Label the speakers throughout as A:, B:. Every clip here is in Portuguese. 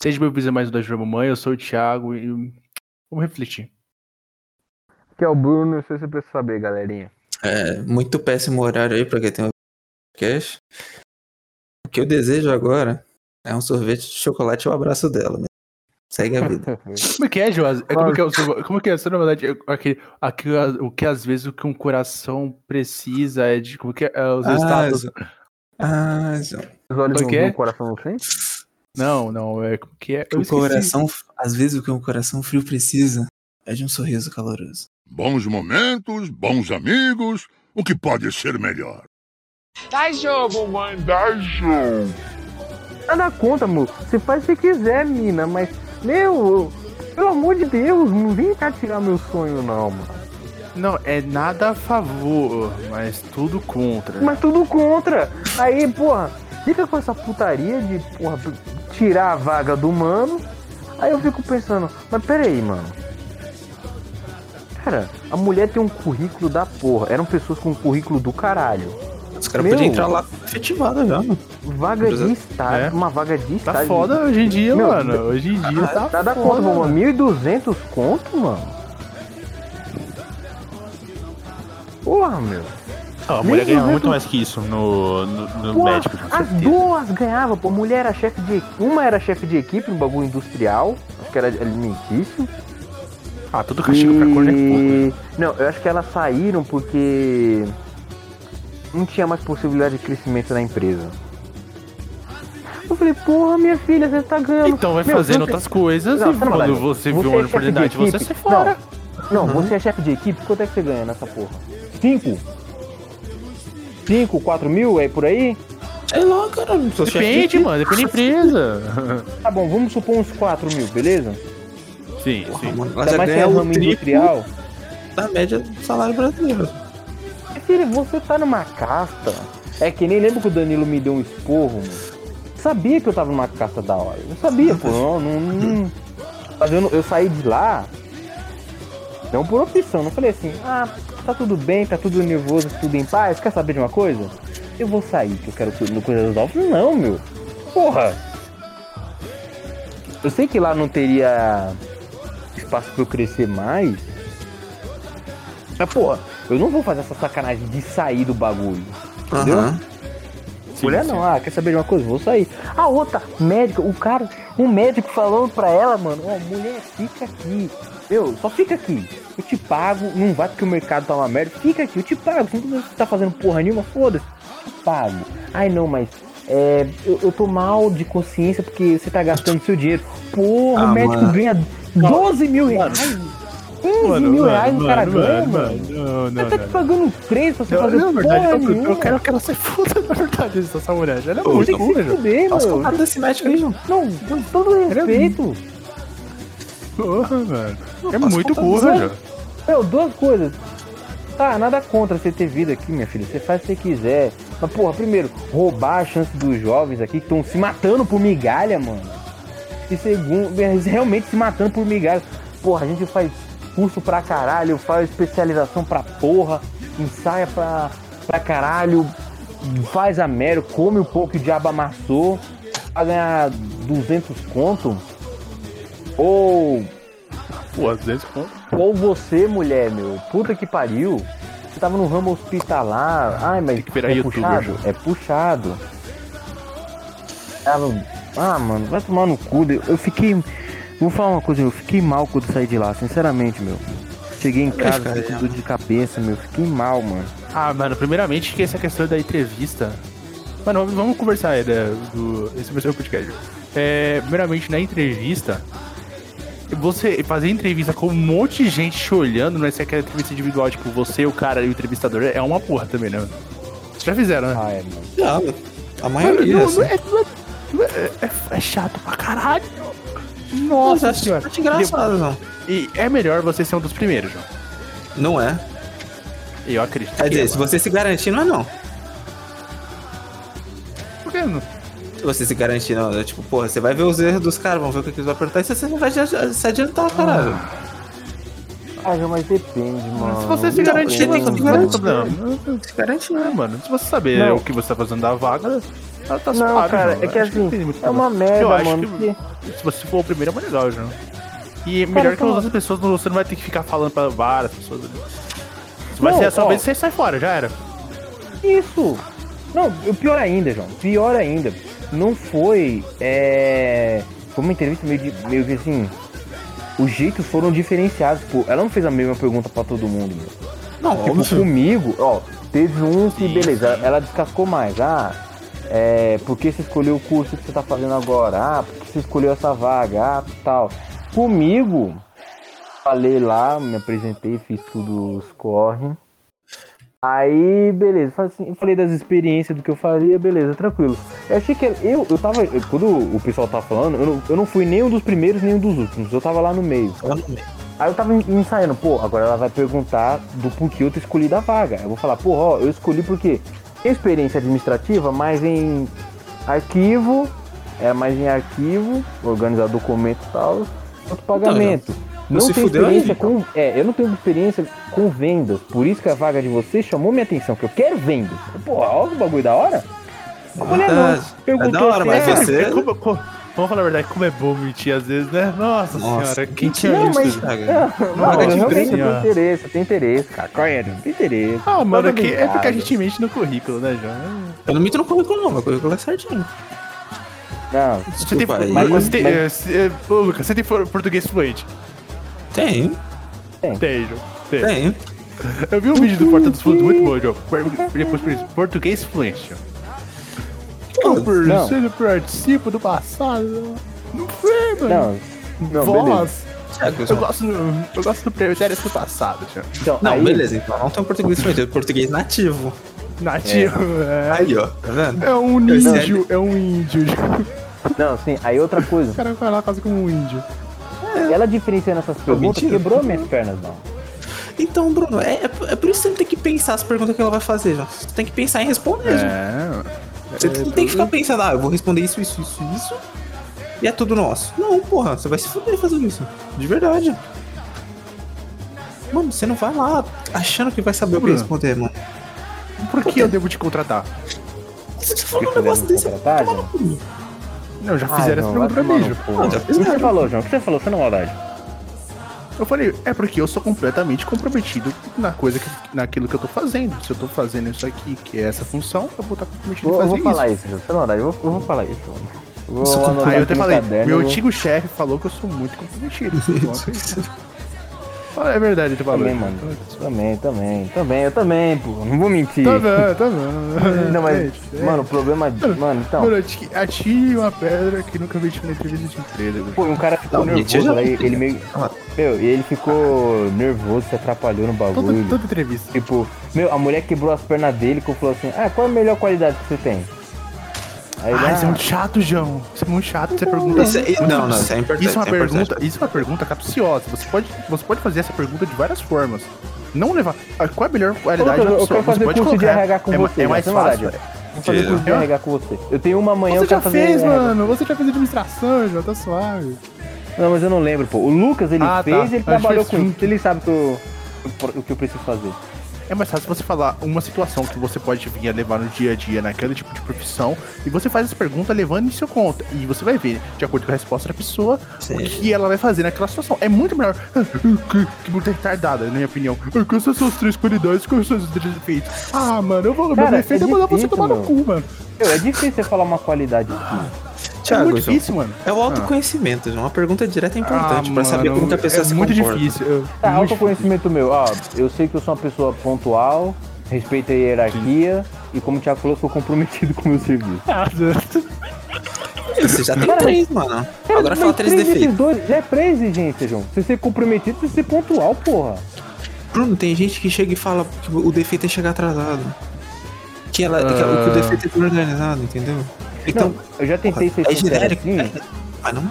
A: Seja bem-vindo a mais um da Mamãe, eu sou o Thiago e vamos refletir.
B: Aqui é o Bruno, eu sei se você precisa saber, galerinha.
C: É, muito péssimo horário aí pra quem tem um podcast. O que eu desejo agora é um sorvete de chocolate e o abraço dela. Mesmo. Segue a vida.
A: Como é que é, Joás? É, como, é que é, o seu- como é que é? Você, na verdade, é aquele, aquilo- o que às vezes o que um coração precisa é de. Como que é, é os
C: Ah,
A: estados.
C: João. Ah, João.
B: Os olhos
A: Por quê?
B: não
C: é?
B: no coração não tem?
A: Não, não, é como que é. Eu
C: o
A: esqueci.
C: coração, às vezes o que um coração frio precisa é de um sorriso caloroso.
D: Bons momentos, bons amigos, o que pode ser melhor?
E: Dá jogo, mano. Dá jogo.
B: Nada conta, amor. Você faz se quiser, mina, mas. Meu, pelo amor de Deus, não vem cá tirar meu sonho, não, mano.
A: Não, é nada a favor, mas tudo contra.
B: Mas tudo contra. Aí, porra, fica com essa putaria de, porra, tirar a vaga do mano. Aí eu fico pensando, mas peraí, mano. Cara, a mulher tem um currículo da porra. Eram pessoas com um currículo do caralho.
C: Os caras
B: Meu.
C: podiam entrar lá efetivada já, mano.
B: Vaga de
C: Precisa-
B: estágio,
A: É.
B: uma vaga de
A: Tá
B: estágio.
A: foda hoje em dia,
B: Meu,
A: mano. Hoje em dia tá.
B: Tá da conta,
A: foda.
B: mano. 1.200 conto, mano. Porra, meu.
F: Ó, a mulher
B: Nem
F: ganhava
B: eu-
F: muito mais que isso no, no,
A: Um
F: no
B: Porra,
F: médico. com
B: as
F: certeza.
B: duas ganhavam, pô. A mulher era chefe de equipe. Uma era chefe de equipe, um bagulho industrial. Acho que era alimentício.
A: Ah, todo castigo pra corno é pouco.
B: E- Não, eu acho que elas saíram porque não tinha mais possibilidade de crescimento na empresa. Eu falei, porra, minha filha, você tá ganhando.
A: Então vai
B: Meu,
A: fazendo
B: você-
A: outras coisas
B: Não,
A: e
B: tá na
A: quando
B: verdade.
A: você
B: Você
A: viu
B: é
A: uma
B: chefe de
A: oportunidade, você
B: equipe?
A: sai fora.
B: Não, você é chefe de equipe, quanto é que você ganha nessa porra? Cinco? Cinco, quatro mil, é por aí?
C: Sei lá, cara. Não sou chefe de
A: Depende,
C: equipe.
A: mano, depende da empresa.
B: Tá bom, vamos supor uns quatro mil, beleza?
A: Sim,
C: Porra,
A: sim.
C: mano, ela
B: Ainda
C: já
B: mais que é
C: ganha o
B: ramo
C: triplo
B: industrial.
C: da média do salário brasileiro.
B: Mas, Filho, você tá numa casta. É que nem lembro que o Danilo me deu um esporro, mano. Sabia que eu tava numa casta da hora. Eu sabia, pô. Não, não, não- Mas eu, não- eu saí de lá. Não por opção, não falei assim, ah, tá tudo bem, tá tudo nervoso, tudo em paz, quer saber de uma coisa? Eu vou sair, que eu quero cu- no Coisa dos Alves. Não, meu. Porra! Eu sei que lá não teria espaço pra eu crescer mais. Mas, porra, eu não vou fazer essa sacanagem de sair do bagulho.
C: Aham.
B: Mulher não, ah, quer saber de uma coisa? Vou sair. A outra, médica, o cara, um médico falando pra ela, mano, ó, mulher, fica aqui. Meu, só fica aqui. Eu te pago, não vai porque o mercado tá uma merda. Fica aqui, eu te pago. Você não tá fazendo porra nenhuma, foda-se. Eu te Pago. Ai não, mas é, eu, eu tô mal de consciência porque você tá gastando seu dinheiro. Porra, o
C: Ah,
B: médico
C: mano.
B: ganha 12 mil reais. 15 mil reais o cara ganha, mano.
A: Não, não,
B: Você tá te pagando 3 pra você
A: Eu,
B: fazer
A: na verdade,
B: porra
A: eu,
B: nenhuma.
A: eu quero que ela se foda, na verdade, isso, essa mulher. Ela é
B: Pô,
A: muito
B: tem que
A: burra,
B: se
A: João.
B: fuder,
C: Nossa,
B: mano. tá
C: coitado desse médico aí, João.
B: Não, com todo respeito.
A: Porra, mano. É
C: posso
A: muito
C: contar
A: burra,
B: dos
A: já.
B: Meu, duas coisas. Tá, nada contra você ter vindo aqui, minha filha. Você faz o que você quiser. Mas, porra, primeiro, roubar a chance dos jovens aqui que estão se matando por migalha, mano. E segundo, eles realmente se matando por migalha. Porra, a gente faz curso pra caralho, faz especialização pra porra, ensaia pra, pra caralho, faz a merda, come um pouco que o diabo amassou, pra ganhar 200 conto. Ou
A: Pô, às vezes, pô.
B: ou você, mulher, meu, puta que pariu, você tava no ramo hospitalar, ai, mas
A: Tem que virar
B: é
A: youtuber,
B: puxado, é puxado. Tava, ah, mano, vai tomar no cu, eu eu fiquei, vou falar uma coisa, eu fiquei mal quando saí de lá, sinceramente, meu. Cheguei em casa,
C: cara,
B: fiquei
C: é.
B: com dor de cabeça, meu, fiquei mal, mano.
A: Ah, mano, primeiramente que essa questão da entrevista. Mano, vamos- vamos conversar aí, né, do, esse vai ser o podcast. É, primeiramente, na entrevista, você fazer entrevista com um monte de gente te olhando, não é se é aquela entrevista individual, tipo, você, o cara e o entrevistador, é uma porra também, né? Vocês já fizeram, né?
B: Ah, é, mano.
C: Já, a
A: Mano,
C: maioria.
A: não,
C: assim.
A: não é, não é- é- é chato pra caralho. Nossa
C: Mas eu
A: senhora.
C: acho, acho engraçado, João.
A: E é melhor você ser um dos primeiros, João.
C: Não é.
A: Eu acredito. que
C: Quer
A: é,
C: dizer, se
A: mano.
C: você se garantir, não é não.
A: Por que não?
C: Se você se garantir, não. é tipo, porra, você vai ver os erros dos caras, vão ver o que que eles vão apertar e você não vai já- se adiantar, caralho.
B: Ah, João, mas depende, mano.
A: Se você se
C: não,
A: garantir,
C: você
A: não
C: tem que
A: tem
C: se garantir.
A: problema.
C: Se garantir,
A: É, mano, se você saber
B: Não.
A: o que você tá fazendo da vaga, Ela tá
B: Não,
A: suave,
B: cara,
A: João.
B: é que
A: Acho não
B: assim,
A: tem muito
B: é uma
A: problema. Eu
B: merda,
A: acho
B: mano.
A: que-
B: que-
A: Se você for o primeiro, é mais legal, João. E melhor que
B: então-
A: as outras pessoas, não- você não vai ter que ficar falando pra várias pessoas. ali. Se vai
B: Não,
A: ser a sua
B: ó.
A: vez, você sai fora, já era.
B: Isso! Não, o pior ainda, João. Pior ainda. Não foi. É. Foi uma entrevista meio, de, meio que assim. Os jeitos foram diferenciados. Pô. Ela não fez a mesma pergunta pra todo mundo, meu.
C: Não,
B: Tipo, comigo, ó, teve um que, beleza, ela descascou mais. Ah, é, por que você escolheu o curso que você tá fazendo agora? Ah, por que você escolheu essa vaga? Ah, tal. Comigo, falei lá, me apresentei, fiz tudo os corre. Aí, beleza, falei assim, falei das experiências, do que eu faria, beleza, tranquilo. Eu achei que eu, eu tava, eu- quando o pessoal tava falando, eu não, eu não fui nem um dos primeiros, nem um dos últimos, eu tava lá no meio. Aí eu tava en- ensaiando, pô, agora ela vai perguntar do porquê eu ter escolhido a vaga. Eu vou falar, pô, ó, eu escolhi porque tem experiência administrativa, mas em arquivo, é mais em arquivo, organizar documentos e tal, outro pagamento.
C: Então
B: não
C: se
B: tenho
C: fudeu aí,
B: experiência com. É, eu não tenho experiência com vendas. Por isso que a vaga de você chamou minha atenção, que eu quero vendas. Pô, olha que bagulho da hora. A mulher não.
C: Verdade.
B: Perguntou
C: Ah, É da hora, mas
B: assim, ah,
C: você-
A: É, como- como- vamos falar a verdade, como é bom mentir às vezes, né? Nossa, senhora, quem tinha
B: Não,
A: visto?
B: mas-
C: Cara.
B: É, Não,
C: é Vaga de
B: realmente
A: emprego.
B: tem interesse, tem interesse, cara. Qual é? Tem interesse.
A: Ah, mano,
B: Todo
A: que é
B: ligado.
A: porque a gente mente no currículo, né, João?
C: Eu não mito no currículo, não. Meu currículo é certinho.
B: Não,
A: Você tem,
C: Desculpa aí.
A: mas
B: mas-
A: você tem,
B: mas-
A: é, se- é, ô, Lucas, você tem for- português fluente?
C: Tem,
A: tipo Tem, João. Tem.
C: tem.
A: Eu vi um vídeo do Porta dos Fundos muito bom, João. Depois por isso, português fluente, João. Eu
B: Não.
A: preciso participo do passado. Não sei, mano.
B: não, não, beleza.
A: Voz.
C: Tiago,
A: Eu gosto, do- eu gosto do previtério do passado, João.
B: Então,
C: Não,
B: aí,
C: beleza, então não tem um português fluente, é um português nativo.
A: Nativo, é.
C: Aí, ó, tá vendo?
A: É um
C: Eu sei.
A: índio, é um índio. João.
B: Não, sim, aí outra coisa.
A: O cara vai lá quase como um índio. É.
B: Ela diferenciando essas perguntas
C: mentindo.
B: quebrou minhas pernas, não.
C: Então, Bruno, é, é por isso que você não tem que pensar as perguntas que ela vai fazer, já. Você tem que pensar em responder, já.
A: É,
C: Você não tem que ficar pensando, ah, eu vou responder isso, isso, isso, isso. E é tudo nosso. Não, porra, você vai se fuder fazendo isso. De verdade. Mano, você não vai lá achando que vai saber o que
A: Bruno.
C: responder, mano.
A: por que eu devo te contratar?
C: Você tá falando um
B: Porque
C: negócio
B: você
C: desse,
B: é contratado?
C: vai tomar no cu.
A: Não, já
B: Ah,
A: fizeram essa
B: João,
A: pergunta pra
B: vai
A: mim,
B: tomar no
A: João.
B: cu.
C: Não, já
B: O que você
C: fizeram.
B: falou, João? O que você falou? Você não é maldade.
A: Eu falei, é porque eu sou completamente comprometido na coisa que, naquilo que eu tô fazendo. Se eu tô fazendo isso aqui, que é essa função, eu vou estar comprometido
B: Eu,
A: a
B: eu
A: fazer
B: vou falar
A: isso.
B: isso, João. Você não é maldade. Eu vou, eu vou falar isso, mano. Eu Vou
C: Isso,
B: anotar
A: Aí eu
B: aqui
A: até
B: no
A: falei,
B: caderno,
A: meu
B: eu vou-
A: antigo chefe falou que eu sou muito comprometido. Eu acredito. Fala, é verdade, tu falou.
B: Também, mano. Também, também, também. Eu também, pô. Não vou mentir.
A: Tá bom, tá bom.
B: Não, mas,
A: Gente, é.
B: mano, o problema... de- Mano, então...
A: Mano, ati- atire uma pedra que nunca vi na entrevista de emprego.
B: Pô, um cara ficou
C: Não, mentira,
B: nervoso,
C: não
B: lá, e
C: tem.
B: ele meio.
C: Ah.
B: Meu, e ele ficou nervoso, se atrapalhou no
A: Toda,
B: bagulho.
A: toda entrevista.
B: Tipo, meu, a mulher quebrou as pernas dele que falou assim, ah, qual é a melhor qualidade que você tem? Aí ele,
A: Ah, isso é
B: ah,
A: muito chato, João. Isso é muito chato. Você pergunta.
C: Isso é- não, não, isso
A: Isso é uma
C: é importante, isso é importante.
A: pergunta, isso é uma pergunta capciosa. Você pode, você pode fazer essa pergunta de várias formas. Não levar. ah, Qual é a melhor qualidade
B: Lucas,
A: da
B: eu
A: pessoa?
B: quero fazer
A: você pode
B: curso de
A: colocar.
B: RH com
A: é, ma-
B: você,
A: É
B: já
A: mais
B: tem
A: fácil.
B: verdade. vou fazer curso de
A: Eu-
B: RH com você. Eu tenho uma manhã,
A: Você
B: eu quero
A: já
B: fazer
A: fez,
B: RH.
A: mano. Você já fez administração, João. Tá suave.
B: Não, mas eu não lembro, pô. O Lucas, ele
A: Ah, tá.
B: fez,
A: A
B: ele
A: gente
B: trabalhou
A: fez
B: com
A: junto.
B: isso, ele sabe que eu- o que eu preciso fazer.
A: É mais fácil você falar uma situação que você pode vir a levar no dia a dia naquele tipo de profissão e você faz essa pergunta levando isso em conta. E você vai ver, de acordo com a resposta da pessoa, o
C: Sim.
A: que ela vai fazer naquela situação. É muito melhor ah, que, que muito retardada, na minha opinião. Ah, Quais são as suas três qualidades? Quais são os seus três defeitos? Ah, mano, eu vou meu
B: Cara,
A: defeito
B: é
A: é mandar você
B: difícil,
A: tomar no
B: meu.
A: cu, mano.
B: Meu, é difícil você falar uma qualidade assim. aqui.
A: é
C: Thiago,
A: muito
C: João,
A: difícil, mano.
C: é o autoconhecimento, João. Uma pergunta direta é importante pra saber como que a pessoa
A: é
C: se
A: muito
C: comporta.
A: difícil. eu-
B: Tá,
A: muito difícil.
B: autoconhecimento meu. Ó, eu sei que eu sou uma pessoa pontual, respeito a hierarquia e como o Thiago falou, sou comprometido com o meu serviço.
C: Você já tem
B: Cara,
C: três, mano. Agora
B: Mas
C: fala três
B: três desses
C: defeitos.
B: dois- já é três exigências, João. Você ser comprometido, você ser pontual, porra.
C: Bruno, tem gente que chega e fala que o defeito é chegar atrasado. Que, ela, que ela-
A: Ah.
C: que o defeito é ser organizado, entendeu? Então,
B: não, eu já tentei ser
C: é
B: sincero
C: genérico.
B: assim.
C: é- ah, não?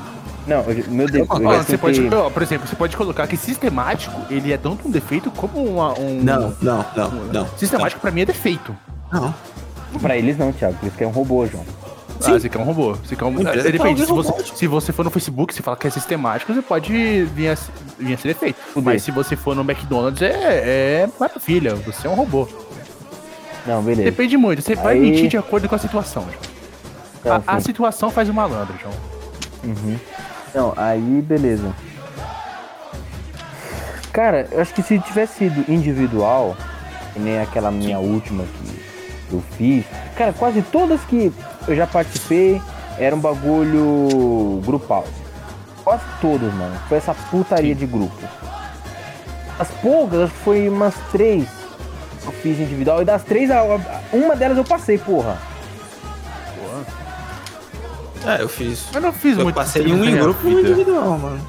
B: Não, eu- meu Deus, eu
A: Ó,
B: já
A: você pode,
B: tentei...
A: ó, por exemplo, você pode colocar que sistemático ele é tanto um defeito como uma- um.
C: Não, não, não, não.
A: Sistemático pra mim é defeito.
C: Não.
B: Pra eles não, Thiago, eles querem um robô, João.
A: Ah, você quer um robô. Você quer um...
C: Não, mas é
A: Depende,
C: talvez
A: se você,
C: robótico.
A: se você for no Facebook, você fala que é sistemático, você pode vir a, se- vir a ser defeito. Mas se você for no McDonald's, é, é maravilha, você é um robô.
B: Não, beleza.
A: Depende muito, você vai
B: Aí-
A: mentir de acordo com a situação.
B: Então,
A: A, a
B: assim,
A: situação faz o malandro, João.
B: uhum. Não, aí beleza. Cara, eu acho que se tivesse sido individual, que nem aquela minha última que eu fiz, cara, quase todas que eu já participei era um bagulho grupal. Quase todas, mano. Foi essa putaria de grupo. As poucas, acho que foi umas três que eu fiz individual. E das três, a- a- uma delas eu passei, porra.
C: Ah, eu fiz.
A: Eu não fiz
C: Eu
A: muito.
C: passei em um em
A: dinâmica na
C: grupo e um
A: vida.
C: individual, mano.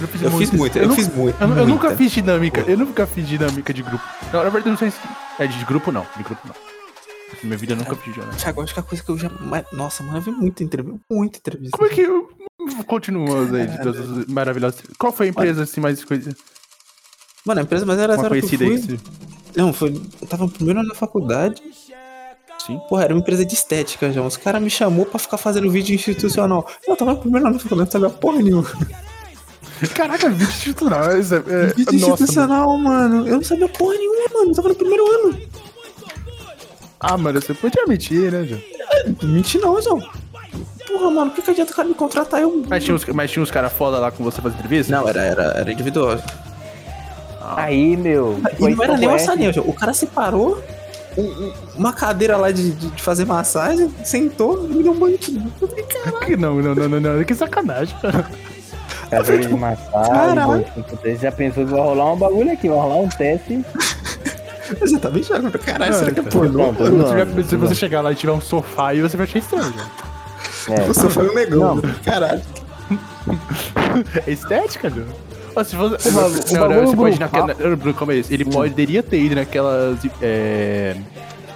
A: Eu fiz
C: Eu fiz muita, eu
A: nu-
C: fiz muita,
A: Eu, nu- eu nunca
C: muita.
A: fiz dinâmica. Eu nunca fiz dinâmica de grupo. Não, na verdade, eu não sei se. É de grupo, não. De grupo, não. Minha vida eu nunca fiz dinâmica.
C: Thiago, acho que a coisa que eu já. mais- Nossa, mano, eu vi muita entrevista. Muita entrevista.
A: Como é que. eu- Continuamos aí de todas as maravilhosas. Qual foi a empresa assim mais coisa,
C: Mano, a empresa mais aleatória
A: uma
C: que eu
A: conhecida aí?
C: fui.
A: que você-
C: Não, foi. Eu tava primeiro ano na faculdade.
A: Sim.
C: Porra, era uma empresa de estética, João. Os caras me chamou pra ficar fazendo vídeo institucional. Eu tava no primeiro ano na faculdade, não sabia porra nenhuma.
A: Caraca, vídeo institucional. isso é- é-
C: Vídeo
A: nossa, mano.
C: institucional, mano. Eu não sabia porra nenhuma, mano. Eu tava no primeiro ano.
A: Ah, mano, você podia mentir, né, João?
C: Menti não, João. Porra, mano, por que, que adianta o cara me contratar? Eu.
A: Mas tinha uns, mas tinha uns caras foda lá com você fazendo entrevista?
C: Não, era, era, era individual.
B: Aí, meu.
C: Ah.
B: é
C: E não era nem uma
B: essa
C: salinha, João. O cara separou um- um- uma cadeira lá de, de- de fazer massagem, sentou e me deu um banquinho. Eu falei, cara,
A: Que não, não, não, não, não. Que sacanagem.
B: Cadeira de
C: Caralho.
B: massagem, você já pensou que vai rolar um bagulho aqui, vai rolar um teste.
C: você tá bem chato. Caralho, será que é
A: Não,
C: pornô?
B: Pronto,
A: Se, tiver-
B: não,
A: se você chegar lá e tiver um sofá aí, você vai achar estranho, João.
B: é.
C: Você foi um negão,
B: Não.
C: caralho.
A: É estética, meu. Ó, se você,
B: O
A: não,
B: bagulho-
A: não,
B: o bagulho
A: você pode ir
B: grupal.
A: naquela. não, Bruno, Calma aí. Ele
B: Hum.
A: poderia ter ido naquelas. É,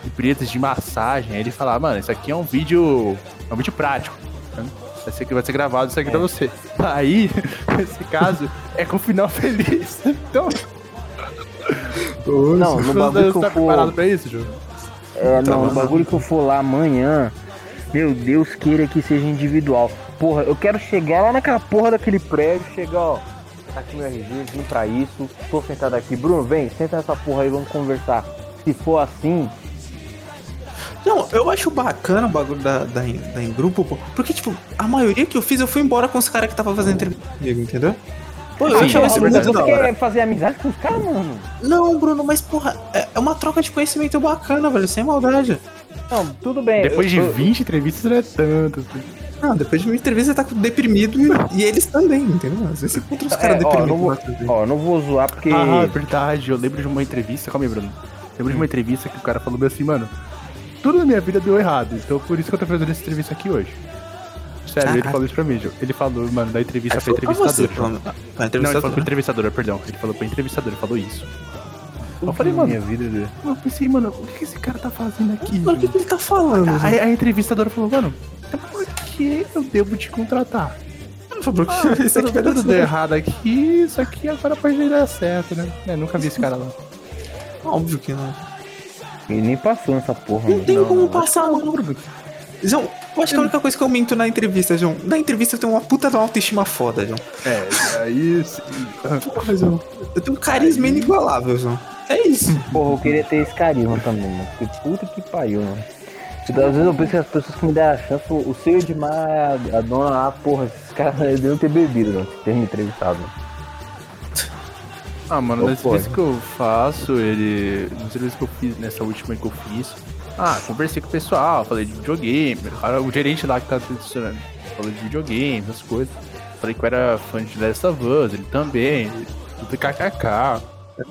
A: empresas de massagem. Aí ele falar, mano, isso aqui é um vídeo. É um vídeo prático. né? Esse aqui vai ser gravado, isso aqui
B: É.
A: pra você. Aí, nesse caso, é com final feliz. Então,
B: Não, no bagulho que
A: tá
B: eu
A: preparado
B: for,
A: pra isso, Ju?
B: é,
C: Tá.
B: não, no bagulho que eu for lá amanhã, meu Deus, queira que seja individual. Porra, eu quero chegar lá naquela porra daquele prédio, chegar, ó, tá aqui meu RG, vim pra isso, tô sentado aqui. Bruno, vem, senta nessa porra aí, vamos conversar. Se for assim,
C: Não, eu acho bacana o bagulho da, da, em- da em grupo, pô. Porque, tipo, a maioria que eu fiz, eu fui embora com os caras que tava fazendo entrevista comigo, entendeu? Pô, eu
A: Sim, isso
C: achava isso
A: é
C: muito
A: verdade.
B: você
C: da hora.
B: quer fazer amizade com os caras, mano?
C: Não, Bruno, mas porra, é- é uma troca de conhecimento bacana, velho, sem maldade.
B: Não, tudo bem.
A: Depois de
B: É, eu- eu-
A: 20 entrevistas, não é tanto. assim.
C: Não, depois de uma entrevista você tá deprimido e, e eles também, entendeu? Às vezes você encontra os caras
B: é, ó, não
C: deprimidos
B: vou,
C: lá também.
B: ó, não vou zoar porque.
A: Ah, é verdade. Eu lembro de uma entrevista. Calma aí, Bruno. Lembro de uma entrevista que o cara falou assim, mano. Tudo na minha vida deu errado. Então por isso que eu tô fazendo essa entrevista aqui hoje. Sério, ele
C: Caraca.
A: falou isso pra mim, Gil. Ele falou, mano, da entrevista pra
C: Foi pra "Ah, você,
A: entrevistadora.
C: pelo menos. Pra
A: Não, ele falou pra
C: assim? entrevistador. né?
A: entrevistadora, perdão. Ele falou pra entrevistadora, ele falou isso.
B: eu
A: falei, mano,
B: Minha vida, né?
A: Eu pensei, mano, o que esse cara tá fazendo aqui?
C: Mano, o que
A: mano?
C: que ele tá falando?
A: Aí a entrevistadora falou, mano, por que eu devo te contratar?
C: Bruno, isso aqui
A: Tudo,
C: vai dar
A: tudo deu
C: certo.
A: errado aqui, isso aqui agora pode dar certo, né? É, nunca vi esse cara lá.
C: Óbvio que não.
B: E nem passou nessa porra,
C: Não
B: mano.
C: tem como passar, mano. João, eu acho que a única coisa que eu minto na entrevista, João. Na entrevista eu tenho uma puta de uma autoestima foda, João.
A: É, aí
C: Porra, João. Eu tenho um carisma inigualável, João. É isso.
B: Porra, eu queria ter esse carisma também, mano. Que puta que pariu, mano. Então, às vezes eu penso que as pessoas que me deram a chance, o o seu Edmar, a dona lá, porra, esses caras deviam ter bebido, não, ter me entrevistado.
A: Ah, mano,
B: Ou
A: nas
B: pode.
A: vezes que eu faço, ele. Nas vezes que eu fiz, nessa última que eu fiz. Ah, conversei com o pessoal, falei de videogame. cara, O gerente lá que tá transicionando falou de videogame, essas coisas. Falei que eu era fã de Last of Us, ele também. Do KKK.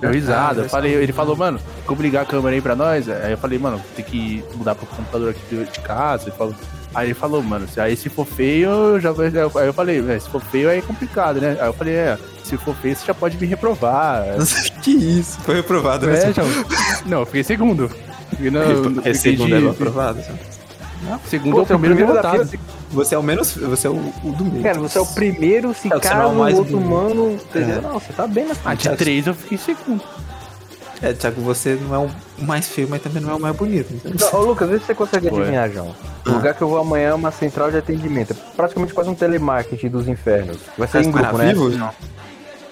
A: Deu risada. Eu Falei, ele falou, mano, como ligar a câmera aí pra nós? Aí eu falei, mano, tem que mudar pro computador aqui de- de casa. Ele falou- aí ele falou, mano, se- aí se for feio, eu já vai. Aí eu falei, "É, se for feio aí é complicado, né? Aí eu falei, é, se for feio, você já pode me reprovar.
C: Nossa, que isso. Foi reprovado, né?
A: É,
C: João?
A: João. Não, eu fiquei segundo. Fiquei na-
C: É
A: fiquei
C: segundo,
A: de-
C: é aprovado. João.
A: Segundo ou primeiro derrotado.
C: Você é o menos. Você é o, o do meio.
B: Cara, você é o primeiro, se
C: É o
B: caso
C: sinal
B: o
C: mais
B: outro
C: bonito.
B: humano.
C: É.
B: Não, você tá bem na
A: Ah, de três eu fiquei segundo.
C: É, Thiago, você não é o mais feio, mas também não é o mais bonito. entendeu?
B: Não, Ô, Lucas, vê se você consegue
A: Ué.
B: adivinhar, João. O lugar que eu vou amanhã é uma central de atendimento. É praticamente quase um telemarketing dos infernos. Vai ser
C: Mas
B: em
C: para
B: grupo, né?
C: vivo?
A: Não.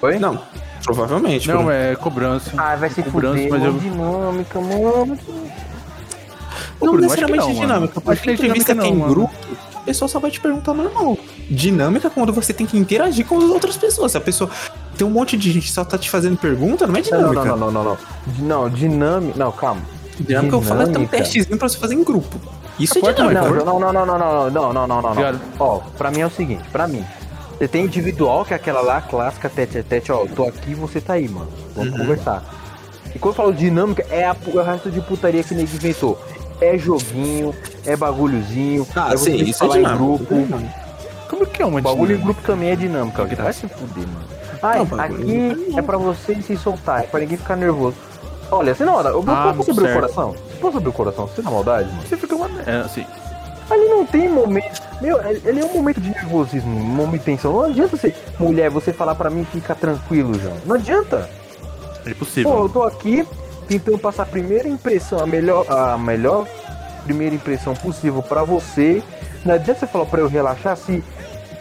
B: Oi?
C: Não, provavelmente.
A: Não,
C: Bruno.
A: é cobrança.
B: Ah, vai ser
A: Cobrança,
B: fuder,
A: mas eu-
B: dinâmica, mano.
C: Não
A: Bruno, acho que
C: necessariamente
A: mano.
C: dinâmica, porque
A: Acho que
C: a entrevista
A: dinâmica
C: que é em
A: não, mano.
C: grupo, o pessoal só vai te perguntar normal. Dinâmica é quando você tem que interagir com as outras pessoas. Se a pessoa tem um monte de gente que só tá te fazendo pergunta, não é
B: Não,
C: dinâmica.
B: não, não, não, não, não. Não, dinâmica. Não, calma.
C: Dinâmica eu falo é até um
B: Dinâmica.
C: testezinho pra você fazer em grupo. Isso é
A: Acorda,
C: dinâmica.
A: Por
B: Não, não, não, não, não, não, não, não, não, não,
A: Obrigado.
B: não. Ó, pra mim é o seguinte, pra mim. Você tem individual, que é aquela lá clássica, tete a tete, ó, eu tô aqui você tá aí, mano. Vamos
C: Uhum.
B: conversar. E quando eu falo dinâmica, é, a, pu- é o resto de putaria que o nego inventou. É joguinho, é bagulhozinho,
C: Ah,
B: é você
C: sim,
B: ter que
C: isso é
B: falar em
C: dinâmica.
B: grupo.
A: Como que é uma
B: O bagulho em
A: dinâmica?
B: grupo também é dinâmica,
A: Que
B: que
A: tá.
B: vai se fuder, mano. Ai,
C: Não, bagulho em
B: aqui é pra você se soltar, é pra ninguém ficar nervoso. Olha, você não, é eu
A: Ah,
B: posso abrir o
A: certo.
B: coração? Posso abrir o coração? Você na maldade, mano?
A: Você fica uma... É, assim.
B: Ali não tem momento. Meu, ele é um momento de nervosismo, um momento de tensão. Não adianta você, mulher, você falar pra mim fica tranquilo, João. Não adianta.
A: É impossível.
B: Pô, eu tô aqui tentando passar a primeira impressão, a melhor, a melhor primeira impressão possível pra você. Não adianta você falar pra eu relaxar se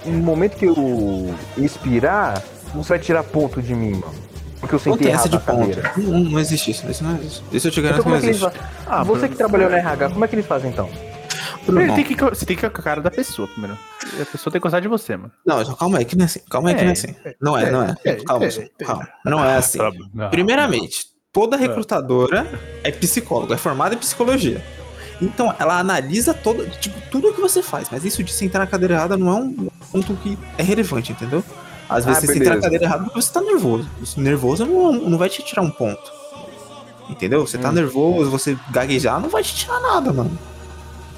B: no momento que eu expirar, você vai tirar ponto de mim, mano. Porque eu
C: Não
B: sentei
C: tem essa
B: errado
C: de
B: na
C: ponto.
B: cadeira.
C: Não, não existe isso. Isso não existe. Isso eu te garanto
B: Então como
C: que não
B: é que eles
C: existe.
B: fazem?
A: Ah,
B: você
A: Bruno.
B: que trabalhou na RH, como é que eles fazem então?
A: Primeiro,
C: Não.
A: tem que, você tem que ir com a cara da pessoa primeiro. E a pessoa tem que gostar de você, mano.
C: Não, já- calma aí, que não é assim. Calma aí, que não é assim. Não é, não é.
A: é,
C: Calma,
A: é,
C: João, calma. Não é assim.
A: Tá
C: Primeiramente, toda recrutadora é psicóloga, é formada em psicologia. Então, ela analisa todo, tipo, tudo o que você faz, mas isso de sentar na cadeira errada não é um ponto que é relevante, entendeu? Às vezes
B: Ah,
C: você senta na
B: beleza.
C: cadeira errada porque você tá nervoso. Isso, nervoso não, não vai te tirar um ponto. Entendeu?
B: Hum.
C: Você tá nervoso, você gaguejar, não vai te tirar nada, mano.